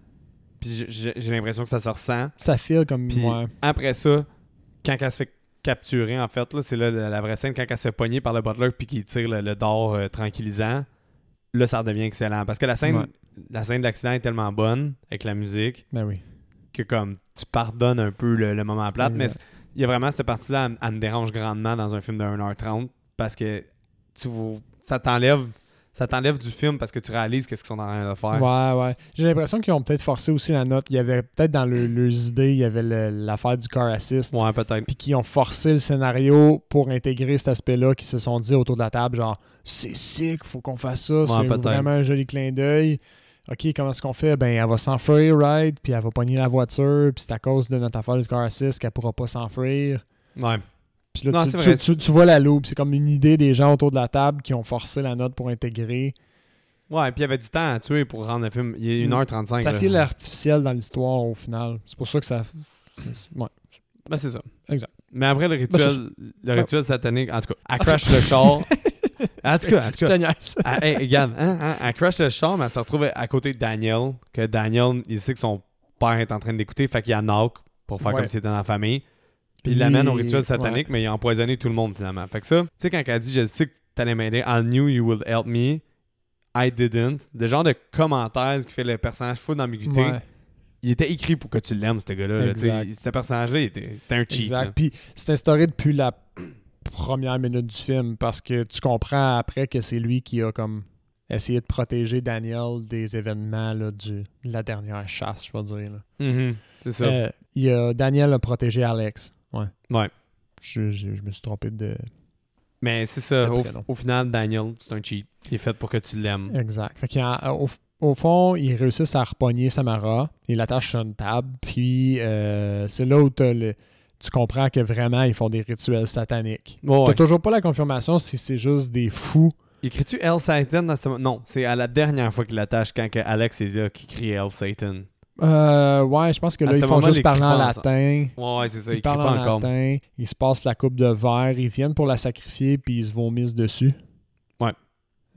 A: Puis j'ai- j'ai j'ai l'impression que ça se ressent
B: Ça file comme.
A: Puis-
B: ouais.
A: après ça, quand elle se fait capturer, en fait, là, c'est là la, la vraie scène, quand elle se fait pogner par le butler puis qu'il tire le, le dard euh, tranquillisant, là, ça devient excellent. Parce que la scène,
B: Ouais.
A: la scène de l'accident est tellement bonne avec la musique
B: Ben oui.
A: que comme tu pardonnes un peu le, le moment plate, mais
B: Exact.
A: c- il y a vraiment cette partie-là, elle, m- elle me dérange grandement dans un film de 1h30 parce que tu vois- ça t'enlève ça t'enlève du film parce que tu réalises qu'est-ce qu'ils sont en train de faire.
B: Ouais, ouais. J'ai l'impression qu'ils ont peut-être forcé aussi la note. Il y avait peut-être dans le- leurs idées, il y avait le- l'affaire du car assist.
A: Ouais, peut-être.
B: Puis qui ont forcé le scénario pour intégrer cet aspect-là, qui se sont dit autour de la table, genre, c'est sick, faut qu'on fasse ça, c'est
A: peut-être.
B: vraiment un joli clin d'œil. Ok, comment est-ce qu'on fait? Ben, elle va s'enfuir, right? Puis elle va pogner la voiture, puis c'est à cause de notre affaire du car assist qu'elle pourra pas s'enfuir.
A: Ouais.
B: Puis là,
A: Non,
B: tu,
A: c'est
B: tu-
A: vrai.
B: tu- tu vois la loupe, c'est comme une idée des gens autour de la table qui ont forcé la note pour intégrer.
A: Ouais, puis il y avait du temps à tuer pour rendre le film. Il est
B: Mm.
A: 1h35.
B: Ça
A: là.
B: file artificiel dans l'histoire au final. C'est pour ça que ça. c'est- ouais.
A: Ben, c'est ça.
B: Exact.
A: Mais après, le
B: Ben,
A: rituel, le rituel satanique, en tout cas, elle crash le char. En tout cas, en tout
B: Je te
A: cas.
B: niaise.
A: elle- hey, regarde, hein, hein, elle crash le char, mais elle se retrouve à côté de Daniel, que Daniel, il sait que son père est en train d'écouter, fait qu'il a knock pour faire
B: Ouais.
A: comme si c'était dans la famille. Puis il
B: Lui,
A: l'amène au rituel
B: ouais.
A: satanique, mais il a empoisonné tout le monde finalement. Fait que ça, tu sais, quand elle dit, je sais que t'allais m'aider, I knew you would help me, I didn't, le genre de commentaire qui fait le personnage fou d'ambiguïté,
B: Ouais,
A: il était écrit pour que tu l'aimes, ce gars-là. là, tu sais.
B: Exact.
A: Il- ce personnage-là, il était- c'était un cheat. là.
B: exact. Puis c'est instauré depuis la première minute du film parce que tu comprends après que c'est lui qui a comme essayé de protéger Daniel des événements là, du, de la dernière chasse, je vais dire. là.
A: Mhm, C'est ça.
B: Euh, il a- Daniel a protégé Alex. Ouais.
A: Ouais.
B: Je, je- je me suis trompé de.
A: Mais c'est ça.
B: le
A: Au,
B: prénom.
A: au final, Daniel, c'est un cheat. Il est fait pour que tu l'aimes.
B: Exact. Fait qu'il y a- euh, au, au fond, ils réussissent à repogner Samara. Ils l'attachent sur une table. Puis euh, c'est là où t'as le- tu comprends que vraiment, ils font des rituels sataniques.
A: Bon,
B: T'as toujours pas la confirmation si c'est juste des fous.
A: Écris-tu El Satan dans ce moment? Non, c'est à la dernière fois qu'il l'attache quand que Alex est là qui crie El Satan.
B: Euh, ouais, je pense que
A: À
B: là,
A: ce
B: ils font
A: moment-là,
B: juste
A: les
B: parler en
A: clients
B: latin.
A: Ouais, ouais, c'est ça.
B: Ils
A: Il crie
B: parlent
A: pas
B: en
A: encore.
B: latin. Ils se passent la coupe de verre. Ils viennent pour la sacrifier, puis ils se vomissent dessus.
A: Ouais.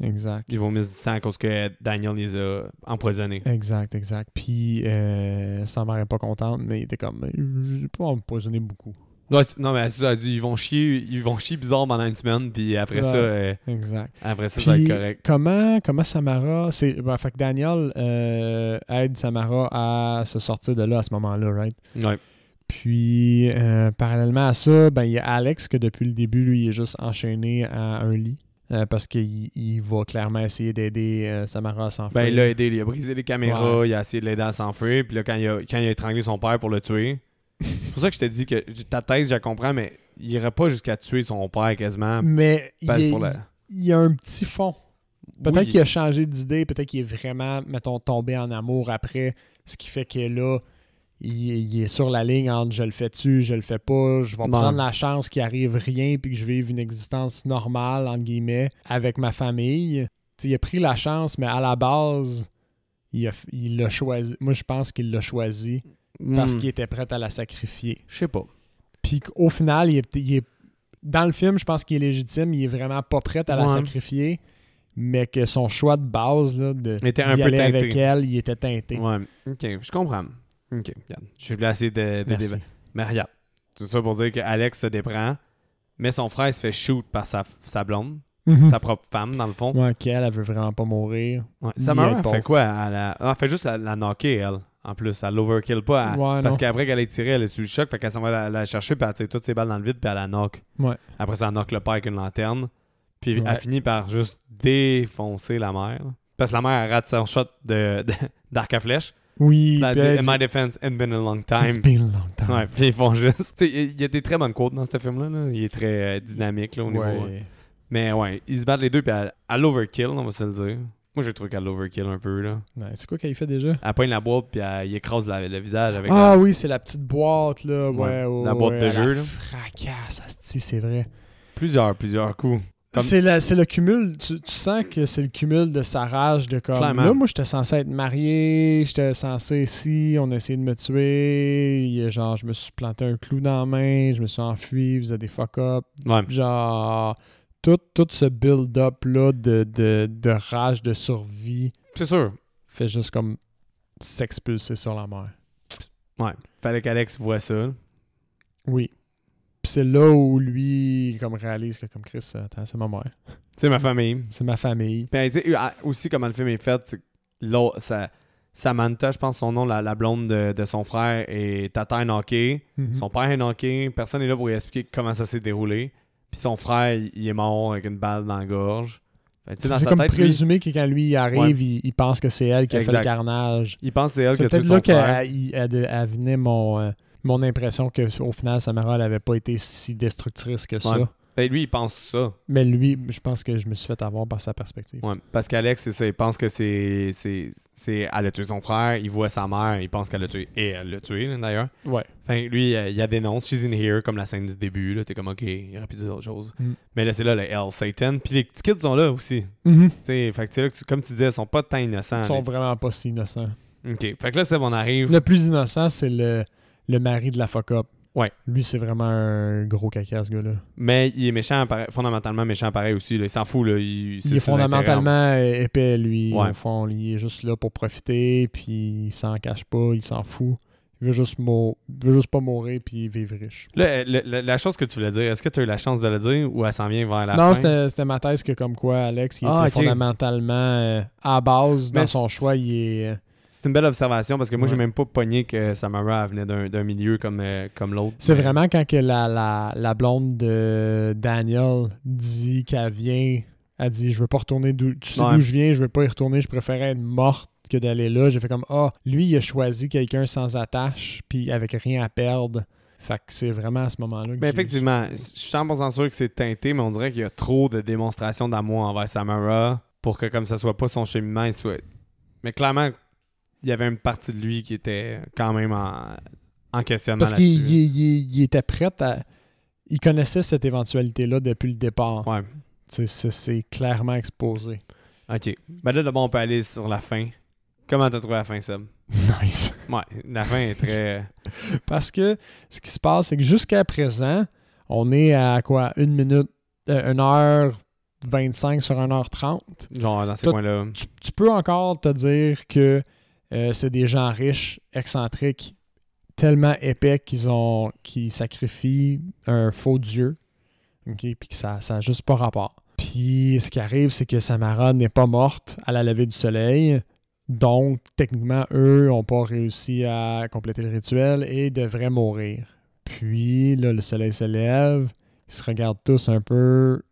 B: Exact.
A: Ils vont mis du sang à cause que Daniel les a empoisonnés.
B: Exact, exact. Puis, euh, sa mère est pas contente, mais il était comme, je vais pas empoisonner beaucoup.
A: Ouais, c'est- non, mais c'est ça, elle dit, ils vont chier, ils vont chier bizarre pendant une semaine, puis après
B: Ouais.
A: ça, euh,
B: Exact.
A: après ça, ça va
B: Puis,
A: être correct.
B: Comment, comment Samara. c'est ben, fait que Daniel euh, aide Samara à se sortir de là à ce moment-là, right?
A: Ouais.
B: Puis, euh, parallèlement à ça, ben, il y a Alex que depuis le début, lui, il est juste enchaîné à un lit. euh, parce qu'il il va clairement essayer d'aider euh, Samara à s'enfuir.
A: Ben, il l'a aidé, il a brisé les caméras, il a essayé de l'aider à s'enfuir, puis là, quand il, a, quand il a étranglé son père pour le tuer, c'est pour ça que je te dis que j- ta thèse, je la comprends, mais il irait pas jusqu'à tuer son père quasiment.
B: Mais il,
A: parce
B: est-
A: pour la-
B: il y a un petit fond. Peut-être
A: Oui,
B: qu'il a changé d'idée, peut-être qu'il est vraiment, mettons, tombé en amour après, ce qui fait que là, il, est- il est sur la ligne entre je le fais-tu, je le fais pas, je vais
A: Non.
B: prendre la chance qu'il arrive rien puis que je vive une existence normale, entre guillemets, avec ma famille. Tu sais, il a pris la chance, mais à la base, il a f- il l'a choisi. Moi, je pense qu'il l'a choisi parce
A: hmm,
B: qu'il était prêt à la sacrifier.
A: Je sais pas.
B: Puis au final, il est, peut- il est- dans le film, je pense qu'il est légitime. Il est vraiment pas prêt à la
A: Ouais.
B: sacrifier, mais que son choix de base, là, de
A: Il était un
B: d'y
A: peu
B: aller
A: teinté.
B: avec elle, il était teinté.
A: Ouais, ok, je comprends. Ok, regarde. Je voulais essayer de, de
B: Merci.
A: déba- Mais regarde, tout ça pour dire que Alex se déprend, mais son frère se fait shoot par sa, sa blonde.
B: Mhm.
A: sa propre femme, dans le fond.
B: Ouais, qu'elle, elle veut vraiment pas mourir.
A: Ouais.
B: Ni
A: Samara,
B: elle
A: elle fait
B: pauvre.
A: quoi? Elle, la- ah, elle fait juste la, la knocker, elle. En plus, elle l'overkill pas. elle-
B: Ouais,
A: parce
B: non.
A: qu'après qu'elle ait tiré, elle est sous le choc. Fait qu'elle s'en va la, la chercher, puis elle tire toutes ses balles dans le vide, puis elle la knock.
B: Ouais.
A: Après, ça elle knock le père avec une lanterne. Puis
B: Ouais.
A: elle finit par juste défoncer la mère. Parce que la mère, elle rate son shot de, de- d'arc à flèche.
B: Oui,
A: Puis elle
B: puis
A: dit
B: elle
A: In
B: dit,
A: my defense, it's been a long
B: It's
A: time.
B: been a long time.
A: Ouais, puis ils font juste. Tu sais, il y a des très bonnes quotes dans ce film-là. là. Il est très euh, dynamique là, au niveau. euh.
B: Ouais.
A: Mais ouais, ils se battent les deux, puis elle, elle l'overkill, on va se le dire. Moi, j'ai trouvé qu'elle l'overkill un peu. là.
B: Ouais, C'est quoi qu'elle fait déjà?
A: Elle pogne la boîte puis elle, il écrase la- le visage avec
B: Ah oui, c'est la petite boîte, là. Ouais,
A: Ouais,
B: ouais,
A: la boîte
B: ouais,
A: de
B: elle
A: jeu,
B: la
A: là.
B: Fracasse, asti, c'est vrai.
A: la- plusieurs, plusieurs coups. Comme-
B: C'est la- c'est le cumul, tu, tu sens que c'est le cumul de sa rage de comme.
A: Clairement.
B: Là, moi, j'étais censé être marié, j'étais censé si, on a essayé de me tuer, il y a genre, je me suis planté un clou dans la main, je me suis enfui, vous avez des fuck-up.
A: Ouais.
B: Genre, tout, tout ce build-up-là de, de, de rage, de survie,
A: C'est sûr.
B: fait juste comme s'expulser sur la mer.
A: Ouais. Fallait qu'Alex voit ça.
B: Oui. Puis c'est là où lui, comme réalise que, comme Chris, attends, c'est ma mère,
A: C'est ma famille.
B: c'est ma famille.
A: Puis tu sais, euh, aussi, comment le film est fait, c'est que l'autre- sa- Samantha, je pense son nom, la, la blonde de, de son frère, est tata knockée.
B: Mm-hmm.
A: Son père est knocké. Personne n'est là pour lui expliquer comment ça s'est déroulé. Puis son frère, il est mort avec une balle dans la gorge. Fait que, tu sais, dans
B: C'est
A: sa
B: comme
A: tête, lui,
B: présumé que quand lui il arrive, il, il pense que c'est elle qui a fait
A: Exact.
B: le carnage.
A: il pense que c'est elle qui
B: C'est
A: a tué
B: peut-être
A: son
B: là
A: frère.
B: qu'elle il- elle de- elle venait mon, euh, mon impression que au final, Samara n'avait pas été si destructrice que ça.
A: Ouais. Ben, lui, il pense ça.
B: Mais lui, je pense que je me suis fait avoir par sa perspective.
A: Ouais, parce qu'Alex, c'est ça, il pense que c'est. c'est, c'est elle a tué son frère, il voit sa mère, il pense qu'elle l'a tué. Et elle l'a tué, là, d'ailleurs.
B: Ouais.
A: Enfin, lui, euh, il a dénonce, she's in here, comme la scène du début, là. T'es comme, ok, il aurait pu dire autre chose.
B: Mm.
A: Mais là, c'est là le Hell Satan. Puis les petits kids sont là aussi. Tu sais, fait que c'est là que tu- comme tu disais, ils sont pas tant innocents.
B: Mhm. Ils sont
A: les
B: vraiment pas si innocents.
A: petits. Ok. Fait que là, c'est bon, on arrive.
B: Le plus innocent, c'est le, le mari de la fuck-up.
A: Ouais.
B: Lui, c'est vraiment un gros caca, ce gars-là.
A: Mais il est méchant, pareil- fondamentalement méchant pareil aussi, là. Il s'en fout, là. Il, c'est
B: Il est
A: ses intérêts.
B: fondamentalement épais, lui.
A: Ouais.
B: Au fond, il est juste là pour profiter, puis il s'en cache pas, il s'en fout. Il veut juste, mou- il veut juste pas mourir, puis vivre riche.
A: Là, le- le- la chose que tu voulais dire, est-ce que tu as eu la chance de le dire ou elle s'en vient vers la fin?
B: non, c'était c'était ma thèse que comme quoi Alex, il
A: Ah,
B: était
A: ok.
B: fondamentalement euh, à base dans
A: Mais
B: son
A: c'est-
B: choix, il est...
A: C'est une belle observation parce que moi, j'ai
B: Ouais.
A: même pas pogné que Samara elle venait d'un d'un milieu comme, euh, comme l'autre.
B: C'est
A: Mais-
B: vraiment quand que la, la, la blonde de Daniel dit qu'elle vient, elle dit je veux pas retourner d'où tu sais
A: Ouais.
B: d'où je viens, je veux pas y retourner, je préférais être morte que d'aller là. J'ai fait comme ah, lui il a choisi quelqu'un sans attache puis avec rien à perdre. Fait que c'est vraiment à ce moment-là que
A: Mais
B: j'ai-
A: Ben, effectivement, je suis 100% sûr que c'est teinté, mais on dirait qu'il y a trop de démonstrations d'amour envers Samara pour que, comme ça soit pas son cheminement, il soit. Mais clairement, il y avait une partie de lui qui était quand même en, en questionnement
B: parce qu'il
A: là-dessus.
B: il- il- il était prêt à il connaissait cette éventualité-là depuis le départ.
A: Ouais,
B: Tu sais, C'est c'est clairement exposé.
A: ok. Ben là, d'abord, on peut aller sur la fin. Comment t'as trouvé la fin, Seb
B: Nice.
A: Ouais, la fin est très.
B: Parce que ce qui se passe, c'est que jusqu'à présent, on est à quoi? Une minute, euh, une heure 25 sur 1h30.
A: genre dans ces
B: Tout-
A: coins-là.
B: Tu, tu peux encore te dire que euh, c'est des gens riches, excentriques, tellement épais qu'ils ont qu'ils sacrifient un faux dieu. OK? Puis que ça n'a juste pas rapport. Puis ce qui arrive, c'est que Samara n'est pas morte à la levée du soleil. Donc, techniquement, eux n'ont pas réussi à compléter le rituel et devraient mourir. Puis, là, le soleil se lève. Ils se regardent tous un peu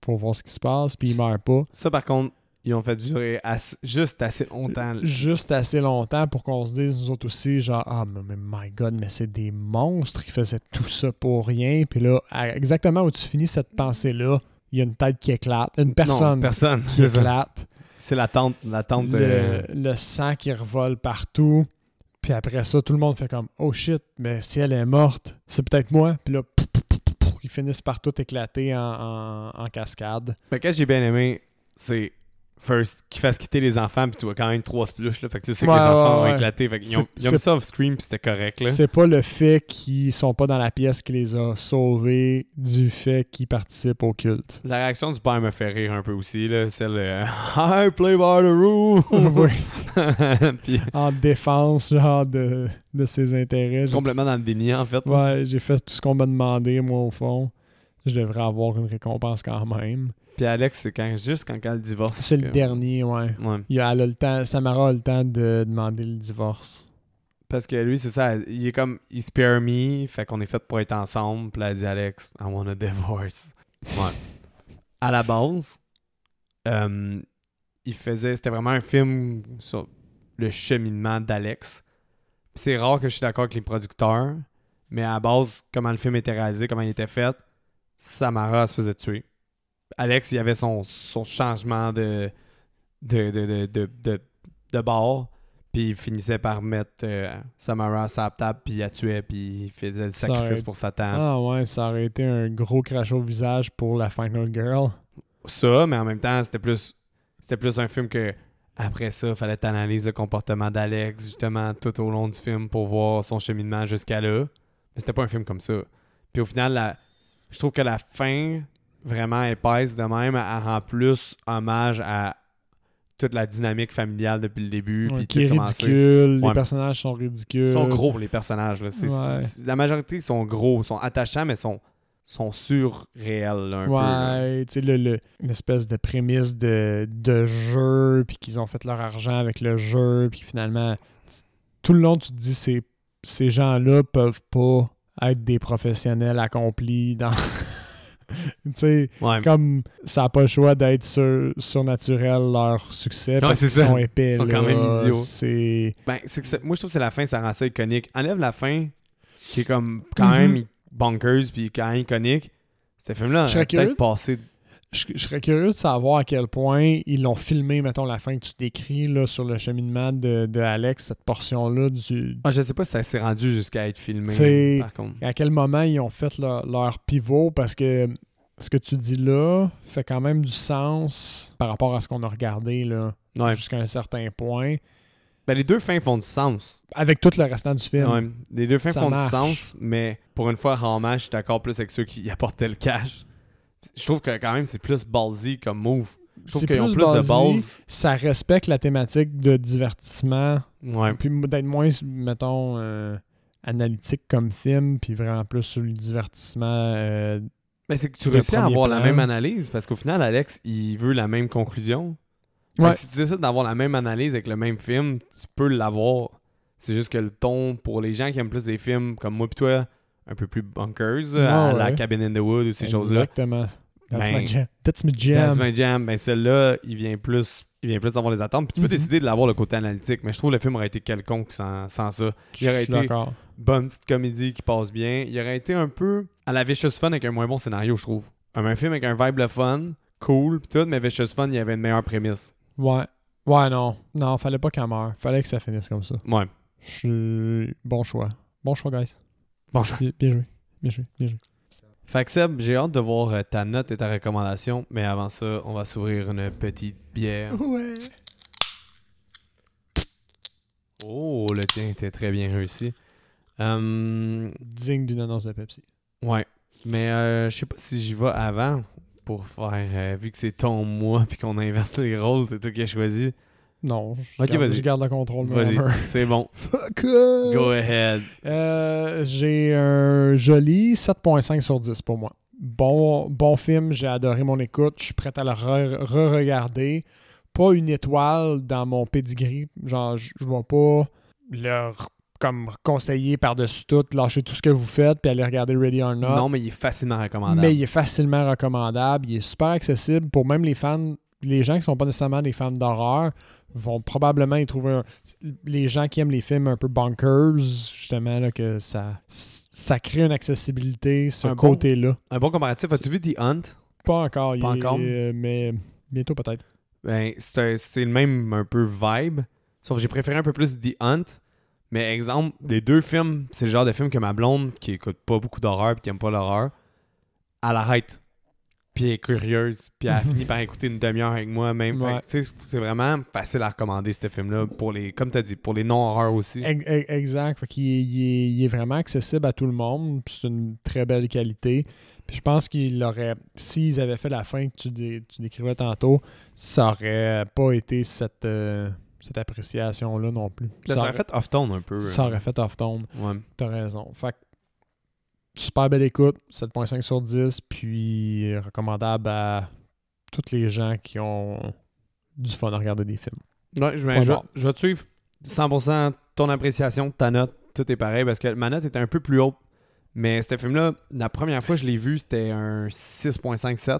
B: pour voir ce qui se passe. Puis, ils meurent pas
A: Ça, par contre, ils ont fait durer assez- juste assez longtemps.
B: juste assez longtemps pour qu'on se dise, nous autres aussi, genre, ah, mais, mais my god, mais c'est des monstres qui faisaient tout ça pour rien. Puis là, à- exactement où tu finis cette pensée-là, il y a une tête qui éclate, une personne
A: Mm. Non, personne.
B: qui
A: C'est ça.
B: éclate,
A: C'est la tente. La tente. euh,
B: le, le sang qui revole partout. Puis après ça, tout le monde fait comme, oh shit, mais si elle est morte, c'est peut-être moi. Puis là, pouf, pouf, pouf, pouf, pouf, ils finissent par tout éclater en, en- en cascade.
A: Mais qu'est-ce que j'ai bien aimé, c'est first qu'ils fassent quitter les enfants, puis tu vois quand même trois splush, là. Fait que tu sais que
B: Ouais,
A: les enfants
B: ouais,
A: ont
B: ouais.
A: éclaté. Fait qu'ils ont,
B: C'est-
A: ils ont mis ça off screen, puis c'était correct, là.
B: C'est pas le fait qu'ils sont pas dans la pièce qui les a sauvés du fait qu'ils participent au culte.
A: La réaction du père me fait rire un peu aussi, là. Celle euh, I play by the rule!
B: Oui,
A: puis
B: en défense genre de, de ses intérêts. J'ai-
A: complètement dans le déni, en fait.
B: Ouais, j'ai fait tout ce qu'on m'a demandé, moi, au fond. Je devrais avoir une récompense quand même.
A: Puis Alex, c'est quand, juste quand elle divorce.
B: C'est
A: que-
B: le dernier, ouais.
A: Ouais.
B: Il a, elle a le temps, Samara a le temps de demander le divorce.
A: Parce que lui, c'est ça, il est comme, il spare me, fait qu'on est fait pour être ensemble. Puis là, elle dit, Alex, I want a divorce. Ouais. à la base, euh, il faisait, c'était vraiment un film sur le cheminement d'Alex. Puis c'est rare que je suis d'accord avec les producteurs, mais à la base, comment le film était réalisé, comment il était fait, Samara se faisait tuer. Alex, il avait son, son changement de, de, de, de, de, de- de bord, puis il finissait par mettre euh, Samara sur la table, puis il la tuait, puis il faisait le
B: Ça
A: sacrifice
B: aurait-
A: pour Satan.
B: Ah ouais, ça aurait été un gros crash au visage pour la Final Girl.
A: ça, mais en même temps, c'était plus c'était plus un film que après ça, fallait t'analyser le comportement d'Alex justement tout au long du film pour voir son cheminement jusqu'à là. Mais c'était pas un film comme ça. Puis au final, la- je trouve que la fin vraiment épaisse de même, elle rend plus hommage à toute la dynamique familiale depuis le début.
B: Ouais,
A: puis
B: qui est
A: tout commencer.
B: ridicule,
A: Ouais.
B: les personnages sont ridicules.
A: Ils sont gros, les personnages. là. C'est-
B: Ouais.
A: c'est- La majorité sont gros, sont attachants, mais sont, sont surréels là, un peu. là.
B: Ouais, tu sais, le- le- l'espèce de prémisse de, de jeu, puis qu'ils ont fait leur argent avec le jeu, puis finalement, tu- tout le long, tu te dis, ces, ces gens-là peuvent pas être des professionnels accomplis dans. tu sais,
A: Ouais.
B: comme ça n'a pas le choix d'être sur- surnaturel leur succès, parce
A: c'est
B: qu'ils
A: ça.
B: sont épais.
A: Ils sont quand
B: là,
A: même idiots.
B: C'est.
A: Ben, c'est que ça- moi, je trouve que c'est la fin, ça rend ça iconique. Enlève la fin, qui est comme quand même
B: Mhm.
A: bonkers, puis quand même iconique. Ce film-là
B: Je
A: aurait
B: serais
A: peut-être
B: curieux.
A: passé.
B: Je, je serais curieux de savoir à quel point ils l'ont filmé, mettons, la fin que tu décris là, sur le cheminement de, de Alex, cette portion-là du.
A: Ah, je sais pas si ça s'est rendu jusqu'à être filmé,
B: C'est-
A: par contre.
B: À quel moment ils ont fait leur, leur pivot parce que ce que tu dis là fait quand même du sens par rapport à ce qu'on a regardé là
A: Ouais.
B: jusqu'à un certain point
A: Ben, les deux fins font du sens.
B: avec tout le restant du film.
A: Ouais. Les deux fins
B: Ça
A: font
B: marche.
A: du sens, mais pour une fois, rarement, je suis d'accord plus avec ceux qui y apportaient le cash. Je trouve que quand même, c'est plus ballsy comme move. Je trouve
B: C'est
A: qu'ils ont plus de
B: basé,
A: balls.
B: Ça respecte la thématique de divertissement
A: Ouais.
B: puis m- d'être moins, mettons, euh, analytique comme film, puis vraiment plus sur le divertissement. euh,
A: Mais c'est que tu
B: Le
A: réussis à
B: premier
A: avoir la
B: plan.
A: même analyse parce qu'au final, Alex, il veut la même conclusion. Fait
B: Ouais.
A: que Si tu décides d'avoir la même analyse avec le même film, tu peux l'avoir. C'est juste que le ton, pour les gens qui aiment plus des films comme moi pis toi, un peu plus bunkers, à
B: Ouais,
A: la
B: ouais.
A: Cabin in the Wood ou ces choses-là.
B: Exactement. That's
A: Ben,
B: my jam. That's my
A: That's
B: jam.
A: my jam, ben celle-là, il vient plus il vient plus d'avoir les attentes. Puis tu peux
B: Mhm.
A: décider de l'avoir le côté analytique, mais je trouve que le film aurait été quelconque sans, sans ça. Il
B: Je
A: aurait
B: suis
A: été
B: d'accord.
A: bonne petite comédie qui passe bien. Il aurait été un peu à la Vicious Fun avec un moins bon scénario, je trouve. Un, un film avec un vibe le fun, cool, pis tout, mais Vicious Fun, il y avait une meilleure prémisse.
B: Ouais. Ouais, non. Non, fallait pas qu'elle meure. Fallait que ça finisse comme ça.
A: Ouais.
B: Je suis- Bon choix. Bon choix, guys.
A: Bon choix.
B: Bien, bien joué. Bien joué. Bien joué.
A: Fait que Seb, j'ai hâte de voir euh, ta note et ta recommandation, mais avant ça, on va s'ouvrir une petite bière.
B: Ouais.
A: Oh, le tien était très bien réussi. Hum,
B: Digne d'une annonce de Pepsi.
A: ouais, mais euh, je sais pas si j'y vais avant pour faire, euh, vu que c'est ton mois puis qu'on inverse les rôles, c'est toi qui as choisi.
B: Non, je,
A: Ok,
B: garde,
A: vas-y.
B: je garde le contrôle. mon
A: Vas-y,
B: hammer.
A: c'est bon.
B: Fuck
A: Go ahead.
B: Euh, J'ai un joli 7.5 sur 10 pour moi. Bon, bon film, j'ai adoré mon écoute, je suis prêt à le re- re-regarder. Pas une étoile dans mon pedigree, genre je je vais pas le re- comme conseiller par-dessus tout, lâcher tout ce que vous faites puis aller regarder Ready or Not.
A: Non, mais il est facilement recommandable.
B: Mais il est facilement recommandable, il est super accessible pour même les fans, les gens qui sont pas nécessairement des fans d'horreur vont probablement y trouver un- les gens qui aiment les films un peu bonkers justement là, que ça ça crée une accessibilité ce
A: Un bon-
B: côté-là.
A: Un bon comparatif, as-tu vu The Hunt?
B: Pas encore, il
A: Pas
B: est-
A: encore.
B: euh, mais bientôt peut-être.
A: Ben, c'est un- c'est le même un peu vibe. Sauf que j'ai préféré un peu plus The Hunt. Mais exemple, des deux films, c'est le genre de film que ma blonde, qui écoute pas beaucoup d'horreur puis qui aime pas l'horreur, elle arrête. Puis elle est curieuse. Puis elle finit par écouter une demi-heure avec moi même. Fait que,
B: Ouais.
A: tu sais, c'est vraiment facile à recommander, ce film-là. pour les Comme t'as dit, pour les non-horreurs aussi.
B: Ex- ex- Exact. Fait qu'il est- il, est, il est vraiment accessible à tout le monde. puis C'est une très belle qualité. Puis je pense qu'il aurait, s'ils avaient fait la fin que tu, dé- tu décrivais tantôt, ça aurait pas été cette, euh, cette appréciation-là non plus.
A: Là, ça aurait fait off-tone un peu. euh,
B: ça aurait fait off-tone.
A: Ouais.
B: T'as raison. Fait que, super belle écoute, 7.5 sur 10, puis recommandable à tous les gens qui ont du fun à regarder des films.
A: Ouais, je, ben,
B: Pas
A: je,
B: genre.
A: je vais te suivre 100% ton appréciation, ta note, tout est pareil parce que ma note était un peu plus haute. Mais ce film-là, la première fois que je l'ai vu, c'était un 6.57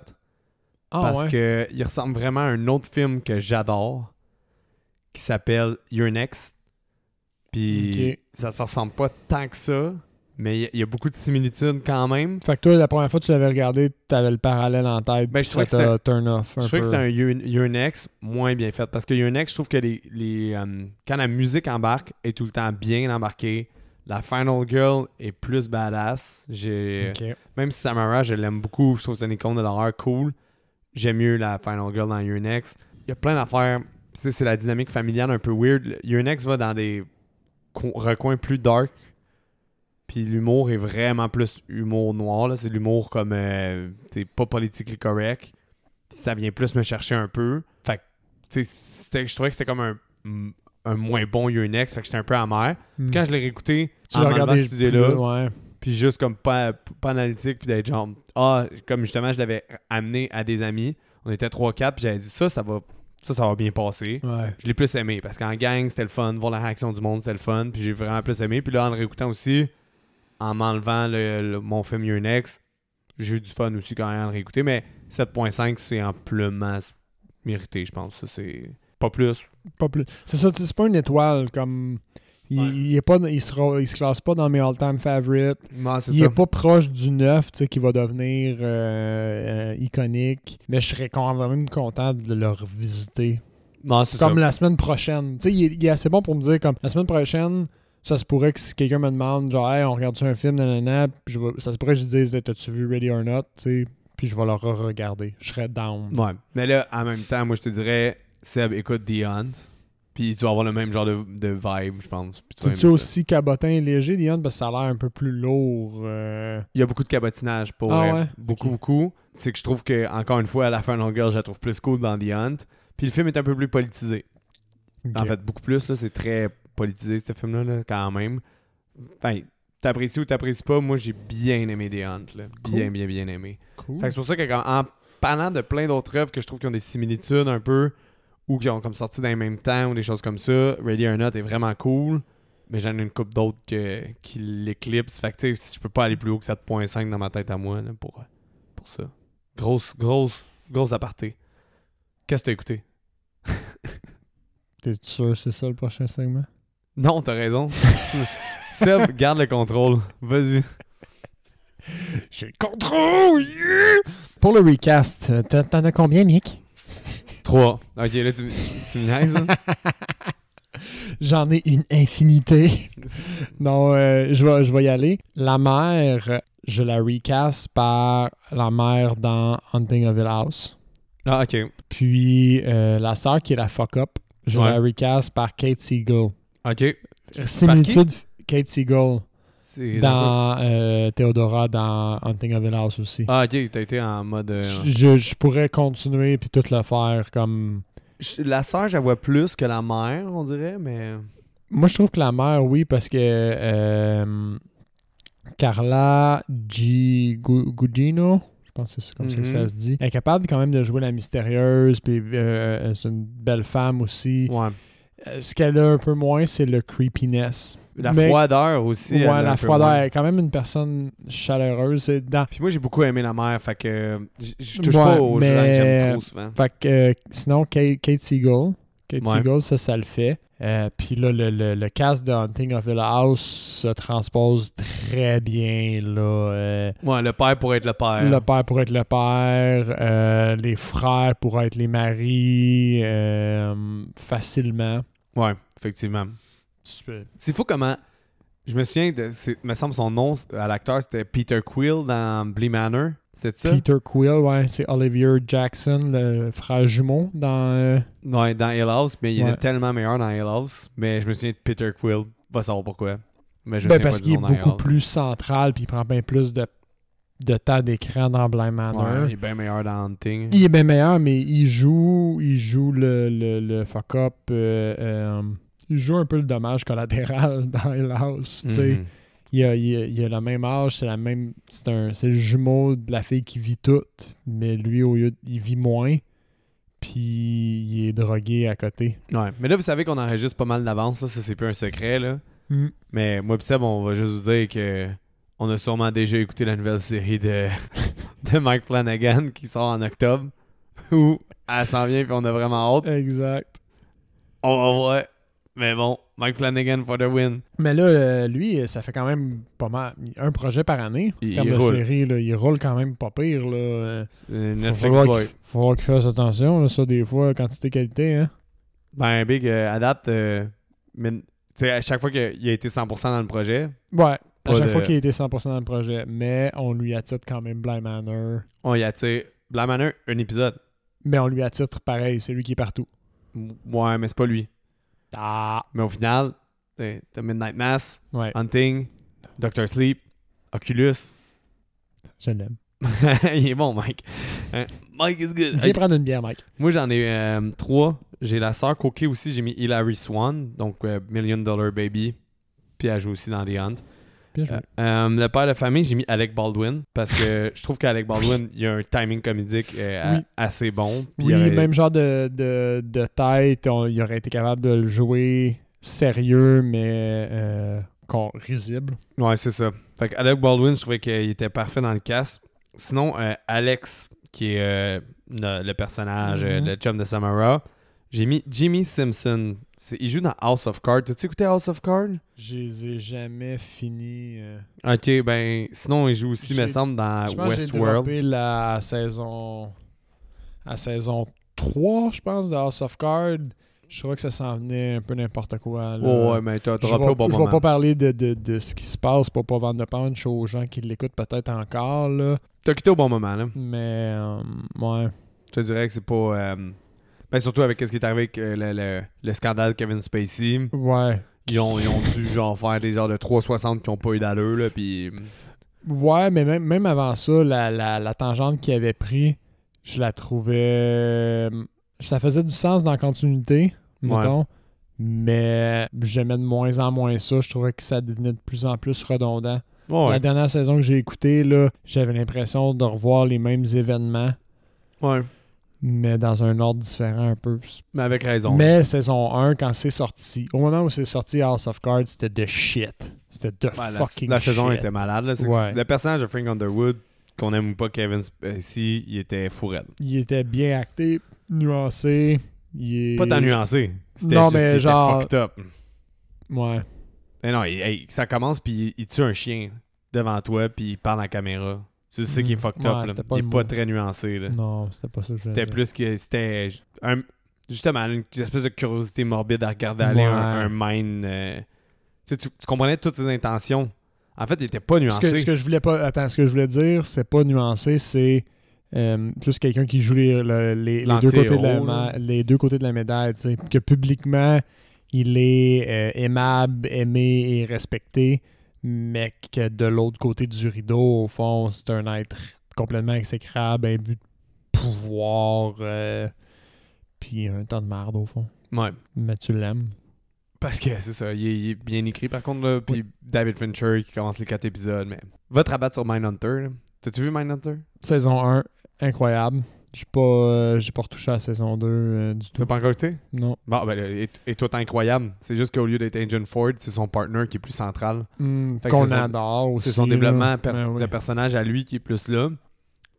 B: Ah
A: parce que il ressemble vraiment à un autre film que j'adore qui s'appelle Your Next. Puis
B: Ok.
A: ça se ressemble pas tant que ça, mais il y a- il y, a beaucoup de similitudes quand même.
B: Fait que toi, la première fois que tu l'avais regardé, tu avais le parallèle en tête.
A: Ben,
B: puis
A: je trouvais
B: ça
A: que
B: t'a turn off. Un
A: je trouve que
B: peu.
A: c'est un Your Your Next moins bien fait parce que Your Next, je trouve que les, les, euh, quand la musique embarque est tout le temps bien embarquée. La Final Girl est plus badass. J'ai
B: Ok.
A: même si Samara, je l'aime beaucoup, je trouve que c'est une icône de l'horreur cool. J'aime mieux la Final Girl dans Unex. Il y a plein d'affaires. Tu sais, c'est la dynamique familiale un peu weird. Unex va dans des co- recoins plus dark. Puis l'humour est vraiment plus humour noir. là. C'est de l'humour comme. euh, tu sais, pas politiquement correct. Puis ça vient plus me chercher un peu. Fait que, tu sais, c'était- je trouvais que c'était comme un, un moins bon Unex. Fait que j'étais un peu amer.
B: Hmm.
A: Quand je l'ai réécouté,
B: tu
A: en
B: l'as
A: m'enlevant
B: regardé
A: cette idée-là,
B: plus, ouais.
A: puis juste comme pas, pas analytique, puis d'être genre, ah, comme justement, je l'avais amené à des amis, on était 3-4, puis j'avais dit ça, ça va, ça, ça va bien passer.
B: Ouais.
A: Je l'ai plus aimé, parce qu'en gang, c'était le fun, voir la réaction du monde, c'était le fun, puis j'ai vraiment plus aimé. Puis là, en le réécoutant aussi, en m'enlevant le, le- mon film Your Next, j'ai eu du fun aussi quand même à le réécouter, mais 7.5, c'est amplement mérité, je pense. Ça, c'est pas plus.
B: Pas plus. C'est ça, tu sais, c'est pas une étoile. Comme. Il,
A: Ouais.
B: il est pas, il, sera, il se classe pas dans mes all-time favorites.
A: Non, c'est
B: Il
A: ça.
B: est pas proche du 9, tu sais, qui va devenir euh, euh, iconique. Mais je serais quand même content de le revisiter.
A: Non, c'est ça.
B: Comme la semaine prochaine. Tu sais, il, est- il est assez bon pour me dire, comme, la semaine prochaine, ça se pourrait que si quelqu'un me demande, genre, hey, on regarde-tu un film, nanana, puis je vais- ça se pourrait que je dise, t'as-tu vu Ready or Not, tu sais, puis je vais le re-regarder. Je serais down.
A: Ouais. Mais là, en même temps, moi, je te dirais, Seb, écoute The Hunt. Puis tu vas avoir le même genre de, de vibe, je pense. Puis vas
B: C'est-tu
A: aimer ça.
B: aussi cabotin et léger, Diane, parce que ça a l'air un peu plus lourd. euh,
A: Il y a beaucoup de cabotinage pour
B: Ah
A: vrai.
B: ouais?
A: Beaucoup,
B: Ok.
A: beaucoup. C'est que je trouve que, encore une fois, à la fin de Girl, je la trouve plus cool dans The Hunt. Puis le film est un peu plus politisé. En
B: ok.
A: fait, beaucoup plus. là, C'est très politisé, ce film-là, là, quand même. Enfin, t'apprécies ou t'apprécies pas, moi, j'ai bien aimé The Hunt. là.
B: Cool.
A: Bien, bien, bien aimé.
B: Cool.
A: Fait que c'est pour ça que quand- en parlant de plein d'autres œuvres que je trouve qui ont des similitudes un peu, ou qui ont comme sorti dans les mêmes temps, ou des choses comme ça, Ready or Not est vraiment cool, mais j'en ai une coupe d'autres que- qui l'éclipse. Fait que tu sais, si je peux pas aller plus haut que 7.5 dans ma tête à moi là, pour, euh, pour ça. Grosse, grosse, grosse aparté. Qu'est-ce que t'as écouté?
B: T'es sûr que c'est ça le prochain segment?
A: Non, t'as raison. Seb, garde le contrôle. Vas-y.
B: J'ai le contrôle! yeah! Pour le recast, euh, t'en t'en as combien, Mick?
A: 3. Ok, là, tu, tu me niaises, hein?
B: J'en ai une infinité. non, euh, je, vais, je vais y aller. La mère, euh, je la recast par la mère dans Hunting of Hill House.
A: Ah, ok.
B: Puis euh, la sœur qui est la fuck-up, je
A: Ouais. Euh,
B: la recast par Kate Seagull.
A: Ok.
B: Similitude, Kate Seagull
A: C'est-
B: dans euh, Theodora dans Hunting of Hill House aussi.
A: Ah, ok, t'as été en mode. euh,
B: Je, je pourrais continuer puis tout le faire comme...
A: Je- La sœur, je la vois plus que la mère, on dirait, mais.
B: Moi, je trouve que la mère, oui, parce que euh, Carla G- Gu- Gugino, je pense que c'est comme ça que
A: Mhm.
B: ça se dit, elle est capable quand même de jouer la mystérieuse, puis euh, c'est une belle femme aussi.
A: Ouais.
B: Euh, Ce qu'elle a un peu moins, c'est le creepiness.
A: La
B: Mais-
A: froideur aussi. elle
B: ouais,
A: l'a un
B: la
A: peu
B: froideur,
A: moins.
B: elle est quand même une personne chaleureuse. C'est dans-
A: Puis moi, j'ai beaucoup aimé la mère, fait que j- je touche
B: Ouais,
A: pas aux gens que
B: mais-
A: j'aime trop souvent.
B: Fait que, euh, sinon, Kate, Kate Seagull. Kate
A: Ouais.
B: Seagull, ça, ça le fait. Euh, Puis là, le, le, le cast de Hunting of Hill House se transpose très bien. Là, Euh,
A: Ouais, le père pour être le père.
B: Le père pour être le père, euh, les frères pour être les maris, euh, facilement.
A: Ouais, effectivement. C'est fou comment. Je me souviens, de, c'est- me semble son nom à l'acteur, c'était Peter Quill dans Blee Manor. C'était ça?
B: Peter Quill, ouais, c'est Olivier Jackson, le frère jumeau dans. euh,
A: Ouais, dans Hill House, mais il
B: Ouais.
A: était tellement meilleur dans Hill House. Mais je me souviens de Peter Quill. Va savoir pourquoi. Mais je me
B: ben,
A: souviens
B: parce
A: pas du
B: qu'il est
A: nom dans Hill
B: beaucoup
A: House.
B: plus central puis il prend bien plus de, de temps d'écran dans Blind Manor.
A: Ouais, il est bien meilleur dans Hunting.
B: Il est bien meilleur, mais il joue, il joue le, le, le fuck-up. euh, euh, il joue un peu le dommage collatéral dans Hill House. tu sais.
A: Mhm.
B: Il a, il a- il a le même âge, c'est la même. C'est un. C'est le jumeau de la fille qui vit toute, mais lui, au lieu de- il vit moins. Puis il est drogué à côté.
A: Ouais. Mais là, vous savez qu'on enregistre pas mal d'avance, là. ça c'est plus un secret. Là. Mais moi pis Seb, on va juste vous dire que on a sûrement déjà écouté la nouvelle série de, de Mike Flanagan qui sort en octobre. Où elle s'en vient puis on a vraiment hâte.
B: Exact.
A: On va voir. Mais bon, Mike Flanagan for the win.
B: Mais là, euh, lui, ça fait quand même pas mal. Un projet par année.
A: Il-
B: comme
A: il
B: la
A: roule.
B: série, là, il roule quand même pas pire. Là. Euh,
A: C'est Netflix
B: falloir
A: boy.
B: qu'il- faut falloir qu'il fasse attention, là, ça, des fois, quantité-qualité. Hein?
A: Ben, Big, euh, à date, euh, mais, tu sais, à chaque fois qu'il a été 100% dans le projet,
B: Ouais, à
A: Pas
B: chaque
A: de-
B: fois qu'il était 100% dans le projet. Mais on lui attitre quand même Bly Manor.
A: on y attire Blam Manor, un épisode.
B: Mais on lui attitre pareil, c'est lui qui est partout.
A: M- Ouais, mais c'est pas lui.
B: Ah!
A: Mais au final, t'sais, t'as Midnight Mass,
B: Ouais,
A: Hunting, Doctor Sleep, Oculus.
B: je l'aime.
A: Il est bon, Mike. Hein? Mike is good.
B: Viens
A: Hey,
B: prendre une bière, Mike.
A: Moi, j'en ai euh, trois. J'ai la sœur Coquet aussi. J'ai mis Hilary Swan, donc euh, Million Dollar Baby. Puis elle joue aussi dans The Hunt.
B: Bien joué.
A: Euh, euh, le père de famille, j'ai mis Alec Baldwin parce que je trouve qu'Alec Baldwin, il a un timing comédique euh, a-
B: Oui.
A: assez bon. Puis
B: oui, ben,
A: il aurait-
B: même genre de, de, de tête, on- il aurait été capable de le jouer sérieux, mais euh, con- risible.
A: Ouais, c'est ça. Fait que Alec Baldwin, je trouvais qu'il était parfait dans le cast. Sinon, euh, Alex, qui est euh, le, le personnage, euh,
B: Mhm.
A: le chum de Samara, j'ai mis Jimmy Simpson. C'est- Il joue dans House of Cards. T'as-tu écouté House of Cards?
B: Je les ai jamais finis. euh.
A: Ok, ben sinon, il joue aussi,
B: J'ai-
A: me semble, dans
B: je pense que j'ai
A: Westworld.
B: droppé la saison... à saison 3, je pense, de House of Cards. Je crois que ça s'en venait un peu n'importe quoi. là.
A: Oh, ouais, mais t'as
B: Je
A: droppé au bon
B: ne vais pas
A: moment.
B: parler de, de- de ce qui se passe pour pas vendre de punch aux gens qui l'écoutent peut-être encore, là.
A: T'as quitté au bon moment, là.
B: mais euh, ouais.
A: Je te dirais que c'est pas. euh, Ben, surtout avec ce qui est arrivé avec euh, le, le- le scandale Kevin Spacey.
B: ouais.
A: Ils ont, ils ont dû genre faire des heures de 360 qui ont pas eu d'allure, là. Puis.
B: Ouais, mais même, même avant ça, la, la- la tangente qu'il avait pris, je la trouvais. euh, Ça faisait du sens dans la continuité,
A: Ouais.
B: mettons. Mais j'aimais de moins en moins ça. Je trouvais que ça devenait de plus en plus redondant.
A: Ouais,
B: La dernière saison que j'ai écoutée, là, j'avais l'impression de revoir les mêmes événements,
A: ouais.
B: mais dans un ordre différent un peu.
A: Mais avec raison.
B: Mais saison 1, quand c'est sorti, au moment où c'est sorti House of Cards, c'était de shit. C'était de
A: Ouais, la,
B: fucking
A: la saison
B: shit.
A: était malade. là. C'est que
B: Ouais.
A: Le personnage de Frank Underwood, qu'on aime ou pas, Kevin Spacey, il était fourrel.
B: Il était bien acté, nuancé. Il est...
A: Pas tant nuancé. C'était
B: Non,
A: juste,
B: mais
A: il était
B: genre-
A: fucked up.
B: Ouais.
A: Mais non, il- hey, ça commence, puis il, il tue un chien devant toi, puis il parle à la caméra. Tu sais
B: Mhm.
A: qu'il est fucked
B: Ouais,
A: up. là.
B: c'était pas
A: il
B: le
A: est pas
B: mot.
A: très nuancé. là.
B: Non, c'était pas ça que je voulais
A: C'était
B: dire.
A: plus que. C'était un- justement une espèce de curiosité morbide à regarder aller
B: Ouais.
A: un, un mine. euh, tu, sais, tu- tu comprenais toutes ses intentions. En fait, il était pas
B: Ce
A: nuancé.
B: que, ce que je voulais pas... Attends, ce que je voulais dire, c'est pas nuancé, c'est euh, plus quelqu'un qui joue les, le- les, les deux
A: L'anti-héros,
B: côtés de la,
A: là.
B: ma- les deux côtés de la médaille. tu sais. Que publiquement, il est euh, aimable, aimé et respecté, mais que de l'autre côté du rideau, au fond, c'est un être complètement exécrable, un but de pouvoir, euh, puis un temps de marde, au fond.
A: Ouais.
B: Mais tu l'aimes.
A: Parce que c'est ça, il est, il est bien écrit par contre, là. Puis David Fincher qui commence les quatre épisodes, mais. Va te rabattre sur Mindhunter, là. T'as-tu vu Mindhunter?
B: Saison 1, incroyable. J'ai pas, euh, j'ai pas retouché à la saison 2 euh, du
A: Tu
B: tout.
A: l'as pas encore écouté?
B: Non.
A: Bon, ben, et, et tout incroyable. C'est juste qu'au lieu d'être Agent Ford, c'est son partner qui est plus central. Hmm, Fait que
B: Qu'on
A: c'est son-
B: adore aussi.
A: C'est son
B: là.
A: développement per-
B: Ben oui.
A: de personnage à lui qui est plus là.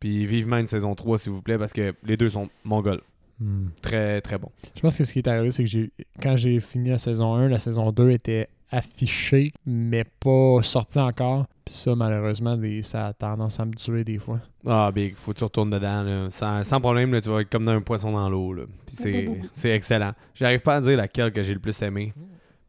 A: Puis vivement une saison 3, s'il vous plaît, parce que les deux sont mongols.
B: Hmm.
A: Très, très bon.
B: Je pense que ce qui est arrivé, c'est que j'ai quand j'ai fini la saison 1, la saison 2 était affichée, mais pas sortie encore. Puis ça, malheureusement, des- ça a tendance à me tuer des fois.
A: Ah, big, faut que tu retournes dedans, là. Sans, sans problème, là, tu vas être comme dans un poisson dans l'eau, là. Puis c'est, c'est excellent. J'arrive pas à dire laquelle que j'ai le plus aimé.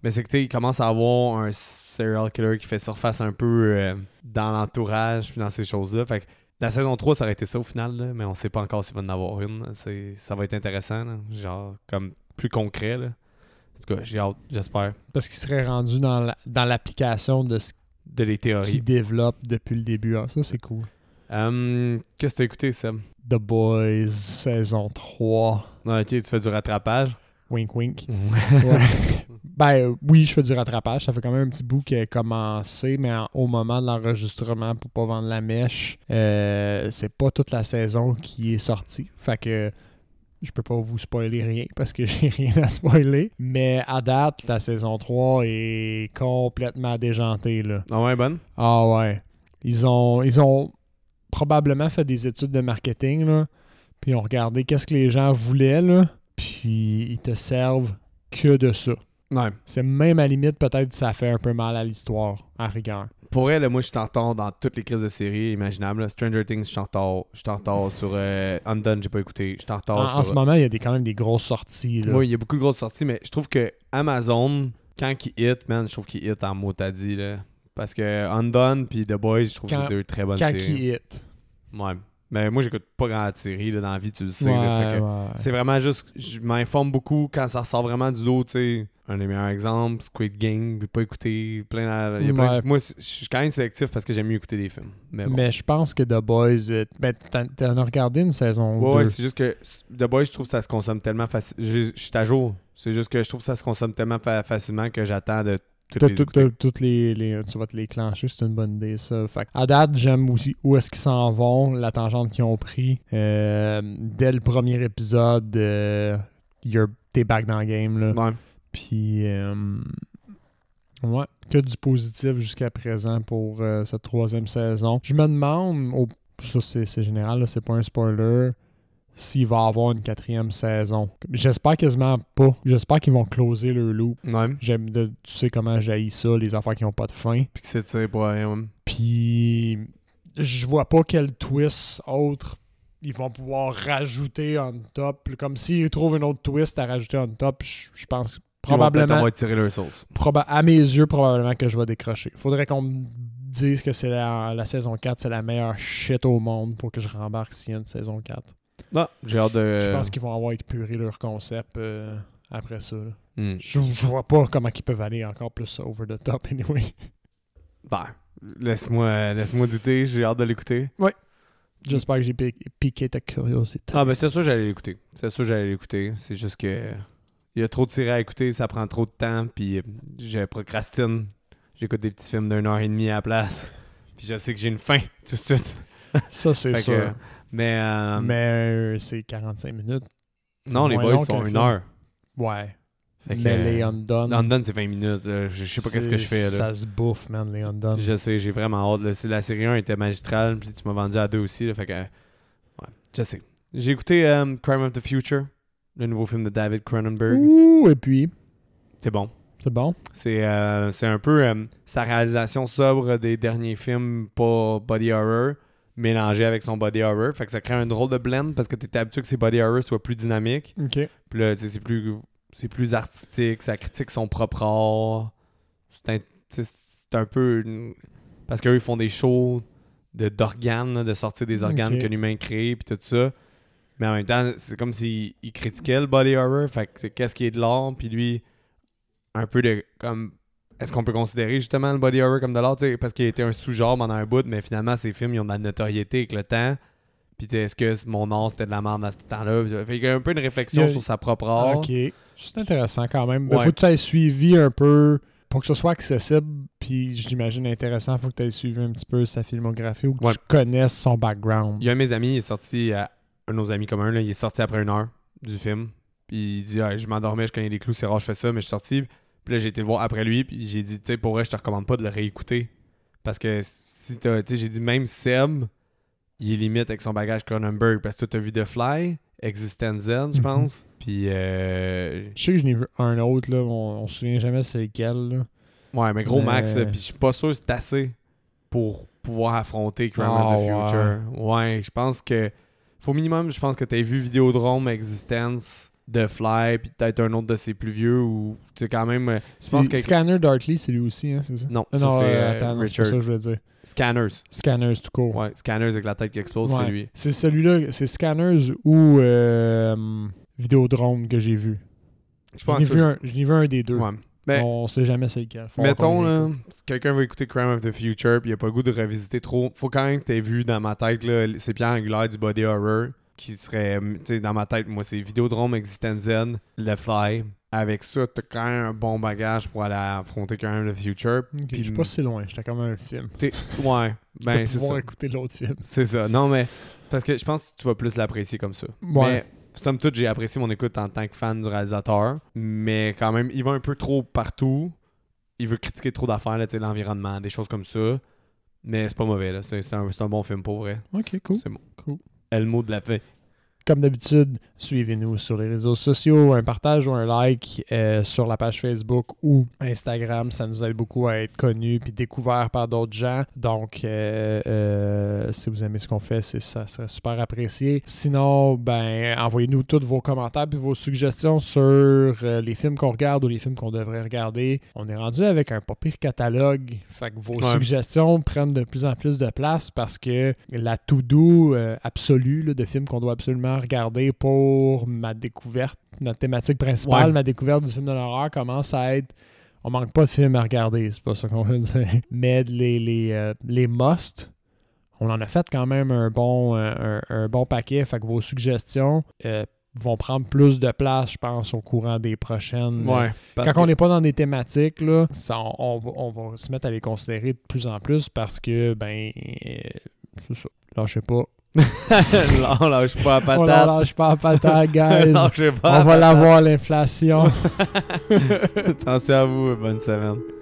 A: Mais c'est que, tu sais, il commence à avoir un serial killer qui fait surface un peu euh, dans l'entourage, puis dans ces choses-là. Fait que la saison 3, ça aurait été ça au final, là, mais on sait pas encore s'il va en avoir une. là. C'est, ça va être intéressant, là. genre, comme plus concret, là. En tout cas, j'ai hâte, j'espère,
B: Parce qu'il serait rendu dans la- dans l'application de ce
A: de les théories.
B: qu'il développe depuis le début. Ah, ça, c'est cool.
A: Hum, qu'est-ce que t'as écouté, Seb?
B: The Boys, saison 3.
A: Ah, ok, tu fais du rattrapage.
B: Wink, wink.
A: Ouais.
B: Ouais. Ben oui, je fais du rattrapage. Ça fait quand même un petit bout qui a commencé, mais en- au moment de l'enregistrement, pour pas vendre la mèche, euh, c'est pas toute la saison qui est sortie. Fait que je peux pas vous spoiler rien parce que j'ai rien à spoiler. Mais à date, la saison 3 est complètement déjantée. Là.
A: Ah ouais, bonne.
B: Ah ouais. Ils ont, ils ont probablement fait des études de marketing, là. Puis ils ont regardé qu'est-ce que les gens voulaient, là. Puis ils te servent que de ça.
A: Ouais.
B: C'est même à la limite, peut-être, ça fait un peu mal à l'histoire, à rigueur.
A: Pour elle, moi, je suis en retard dans toutes les crises de séries imaginables. là. Stranger Things, je suis en retard. Je suis en retard sur euh, Undone, j'ai pas écouté. Je suis en retard
B: en, en
A: sur.
B: ce moment, il y a des, quand même des grosses sorties, là.
A: Oui, il y a beaucoup de grosses sorties, mais je trouve que Amazon, quand ils hit, man, je trouve qu'ils hit en mot à dit, là. Parce que Undone puis The Boys, je trouve que
B: Quand-
A: c'est deux très bonnes
B: Quand
A: séries.
B: qui hit.
A: Ouais. Mais moi, j'écoute pas grand série là, dans la vie, tu le sais.
B: Ouais,
A: là. Fait que
B: ouais.
A: C'est vraiment juste, je m'informe beaucoup quand ça ressort vraiment du lot, tu sais. Un des meilleurs exemples, Squid Game, j'ai pas écouté plein de- il y a plein de-
B: Ouais.
A: Moi, je suis quand même sélectif parce que j'aime mieux écouter des films. Mais bon.
B: Mais je pense que The Boys... euh, Ben, t'en t'en as regardé une saison
A: Ouais, ouais,
B: deux.
A: c'est juste que s- The Boys, je trouve que ça se consomme tellement facilement. Je je suis à jour. C'est juste que je trouve que ça se consomme tellement fa- facilement que j'attends de toutes
B: T'as
A: les
B: tout-
A: écouter.
B: t'as toutes les, les- tu vas te les clencher, c'est une bonne idée, ça. Fait que, à date, j'aime aussi où est-ce qu'ils s'en vont, la tangente qu'ils ont pris. Euh, dès le premier épisode, euh, you're- t'es back dans le game, là.
A: Ouais.
B: Puis, euh, ouais, que du positif jusqu'à présent pour euh, cette troisième saison. Je me demande, au- ça c'est c'est général, là, c'est pas un spoiler, s'il va y avoir une quatrième saison. J'espère quasiment pas. J'espère qu'ils vont closer le loop.
A: Ouais.
B: J'aime de, tu sais comment j'haïs ça, les affaires qui n'ont pas de fin.
A: Puis que c'est tiré pour euh, rien. ouais.
B: Puis je vois pas quel twist autre ils vont pouvoir rajouter on top. Comme s'ils trouvent une autre twist à rajouter on top, je je
A: Ils
B: pense
A: vont peut-être
B: probablement,
A: avoir tiré leur sauce.
B: proba- à mes yeux, probablement que je vais décrocher. Faudrait qu'on me dise que c'est la, la saison 4, c'est la meilleure shit au monde pour que je rembarque s'il y a une saison 4.
A: Non, j'ai hâte de.
B: Je pense qu'ils vont avoir épuré leur concept euh, après ça. là.
A: Hmm.
B: Je, je vois pas comment ils peuvent aller encore plus over the top anyway.
A: Ben, laisse-moi laisse-moi douter, j'ai hâte de l'écouter.
B: J'espère que j'ai pi- piqué ta curiosité.
A: Ah ben c'est sûr que j'allais l'écouter. C'est sûr que j'allais l'écouter. C'est juste que il y a trop de séries à écouter, ça prend trop de temps, puis je procrastine. J'écoute des petits films d'une heure et demie à la place. Puis je sais que j'ai une faim tout de suite.
B: Ça, c'est
A: Fait que-
B: sûr.
A: mais euh,
B: Mais euh, c'est 45 minutes.
A: non,
B: c'est
A: les
B: moins
A: boys
B: long
A: sont
B: qu'un
A: une
B: film.
A: heure.
B: Ouais.
A: Fait que,
B: mais les
A: euh,
B: Undone.
A: London, c'est 20 minutes. euh, Je je sais pas qu'est-ce que je fais là.
B: Ça se bouffe, man, les Undone.
A: Je sais, j'ai vraiment hâte. là. C'est- La série 1 était magistrale, puis tu m'as vendu à deux aussi. là, fait que, euh, ouais, je sais. J'ai écouté euh, Crime of the Future, le nouveau film de David Cronenberg.
B: Ouh, et puis,
A: C'est bon.
B: c'est bon.
A: C'est euh, c'est un peu euh, sa réalisation sobre des derniers films, pas body horror, mélangé avec son body horror. Fait que ça crée un drôle de blend parce que t'étais habitué que ses body horror soient plus dynamiques.
B: OK.
A: Puis là, tu sais, c'est plus, c'est plus artistique, ça critique son propre art. C'est un, tu sais, c'est un peu. une- Parce qu'eux, ils font des shows de- d'organes, là, de, sortir des organes
B: Ok.
A: que l'humain crée, puis tout ça. Mais en même temps, c'est comme s'il il critiquait le body horror. Fait que c'est qu'est-ce qui est de l'art, puis lui, un peu de. comme Est-ce qu'on peut considérer justement le body horror comme de l'art? Tu sais, Parce qu'il était un sous-genre pendant un bout, mais finalement, ces films, ils ont de la notoriété avec le temps. Puis, tu sais, est-ce que mon art, c'était de la merde à ce temps-là? Fait qu'il y a un peu une réflexion
B: Il y a- Ah,
A: sur sa propre art.
B: OK. C'est intéressant quand même. Il
A: Ah, Ouais.
B: faut que tu aies suivi un peu pour que ce soit accessible, puis j'imagine intéressant, il faut que tu aies suivi un petit peu sa filmographie ou que
A: Ouais.
B: tu connaisses son background.
A: Il y a un de mes amis, il est sorti, à, un de nos amis communs, là, il est sorti après une heure du film. Puis il dit Ah, Je m'endormais, je cognais des clous, c'est rare, je fais ça, mais je suis sorti. Puis là, j'ai été le voir après lui, puis j'ai dit Tu sais, pour vrai, je te recommande pas de le réécouter. Parce que si t'as. Tu sais, j'ai dit Même Seb, il est limite avec son bagage Cronenberg. Parce que toi, t'as vu The Fly, Existenzen, je
B: Mhm.
A: pense. Puis. euh,
B: Je sais que je n'ai vu un autre, là, on, on se souvient jamais c'est lequel. là.
A: Ouais, mais gros
B: Mais-
A: max, euh, puis je suis pas sûr que c'est assez pour pouvoir affronter Crime of the
B: Ah, ouais.
A: Future. Ouais, je pense que faut minimum, je pense que t'as vu Videodrome, Existence, The Fly, puis peut-être un autre de ses plus vieux ou tu sais quand même euh, pense
B: C'est-
A: que-
B: Scanner Dartley, c'est lui aussi, hein, c'est ça?
A: non,
B: Ah
A: ça,
B: non,
A: c'est
B: euh,
A: euh,
B: attends, non, c'est pas
A: Richard
B: ça que je voulais dire.
A: Scanners.
B: Scanners, tout court.
A: Ouais, Scanners avec la tête qui explose,
B: Ouais.
A: c'est lui.
B: C'est celui-là, c'est Scanners ou euh, Vidéodrome que j'ai vu.
A: Je
B: J'en ai vu, un, j'en ai vu un des deux.
A: Ouais. Mais
B: on sait jamais c'est lequel. Faut
A: Mettons,
B: qu'on
A: là,
B: l'écoute.
A: si quelqu'un veut écouter Crime of the Future puis il a pas le goût de revisiter trop. Faut quand même que t'aies vu dans ma tête là, ces pierres angulaires du body horror qui serait, tu sais, dans ma tête, moi, c'est Videodrome, Existenzen, Le Fly, avec ça, t'as quand même un bon bagage pour aller affronter quand même le future.
B: Ok,
A: Puis-
B: je suis pas si loin, j'étais quand même un film.
A: T'es- Ouais, ben
B: de
A: c'est ça.
B: pouvoir écouter l'autre film.
A: C'est ça. Non, mais c'est parce que je pense que tu vas plus l'apprécier comme ça.
B: Ouais.
A: Mais, somme toute, j'ai apprécié mon écoute en tant que fan du réalisateur, mais quand même, il va un peu trop partout. Il veut critiquer trop d'affaires, là, tu sais, l'environnement, des choses comme ça. Mais c'est pas mauvais, là. C'est c'est un, c'est un bon film pour vrai.
B: Ok, cool.
A: C'est bon.
B: Cool.
A: Et le mot de la fin.
B: Comme d'habitude, suivez-nous sur les réseaux sociaux, un partage ou un like euh, sur la page Facebook ou Instagram. Ça nous aide beaucoup à être connus puis découverts par d'autres gens. Donc, euh, euh, si vous aimez ce qu'on fait, c'est ça serait super apprécié. Sinon, ben, envoyez-nous tous vos commentaires puis vos suggestions sur euh, les films qu'on regarde ou les films qu'on devrait regarder. On est rendu avec un pas pire catalogue. Fait que vos
A: Ouais.
B: suggestions prennent de plus en plus de place parce que la to-do euh, absolue là, de films qu'on doit absolument regarder pour ma découverte, notre thématique principale,
A: Ouais.
B: ma découverte du film de l'horreur commence à être. On manque pas de films à regarder, c'est pas ça qu'on veut dire. Mais les, les, euh, les must, on en a fait quand même un bon, euh, un, un bon paquet. Fait que vos suggestions euh, vont prendre plus de place, je pense, au courant des prochaines.
A: Ouais. parce
B: Quand on
A: que-
B: n'est pas dans des thématiques, là, ça, on, on va, on va se mettre à les considérer de plus en plus parce que, ben, euh, c'est ça. Lâchez pas.
A: on lâche pas la
B: On la
A: patate.
B: lâche pas à patate, guys.
A: Lâchez pas
B: on
A: la
B: va
A: patate.
B: l'avoir, l'inflation.
A: Attention à vous et bonne semaine.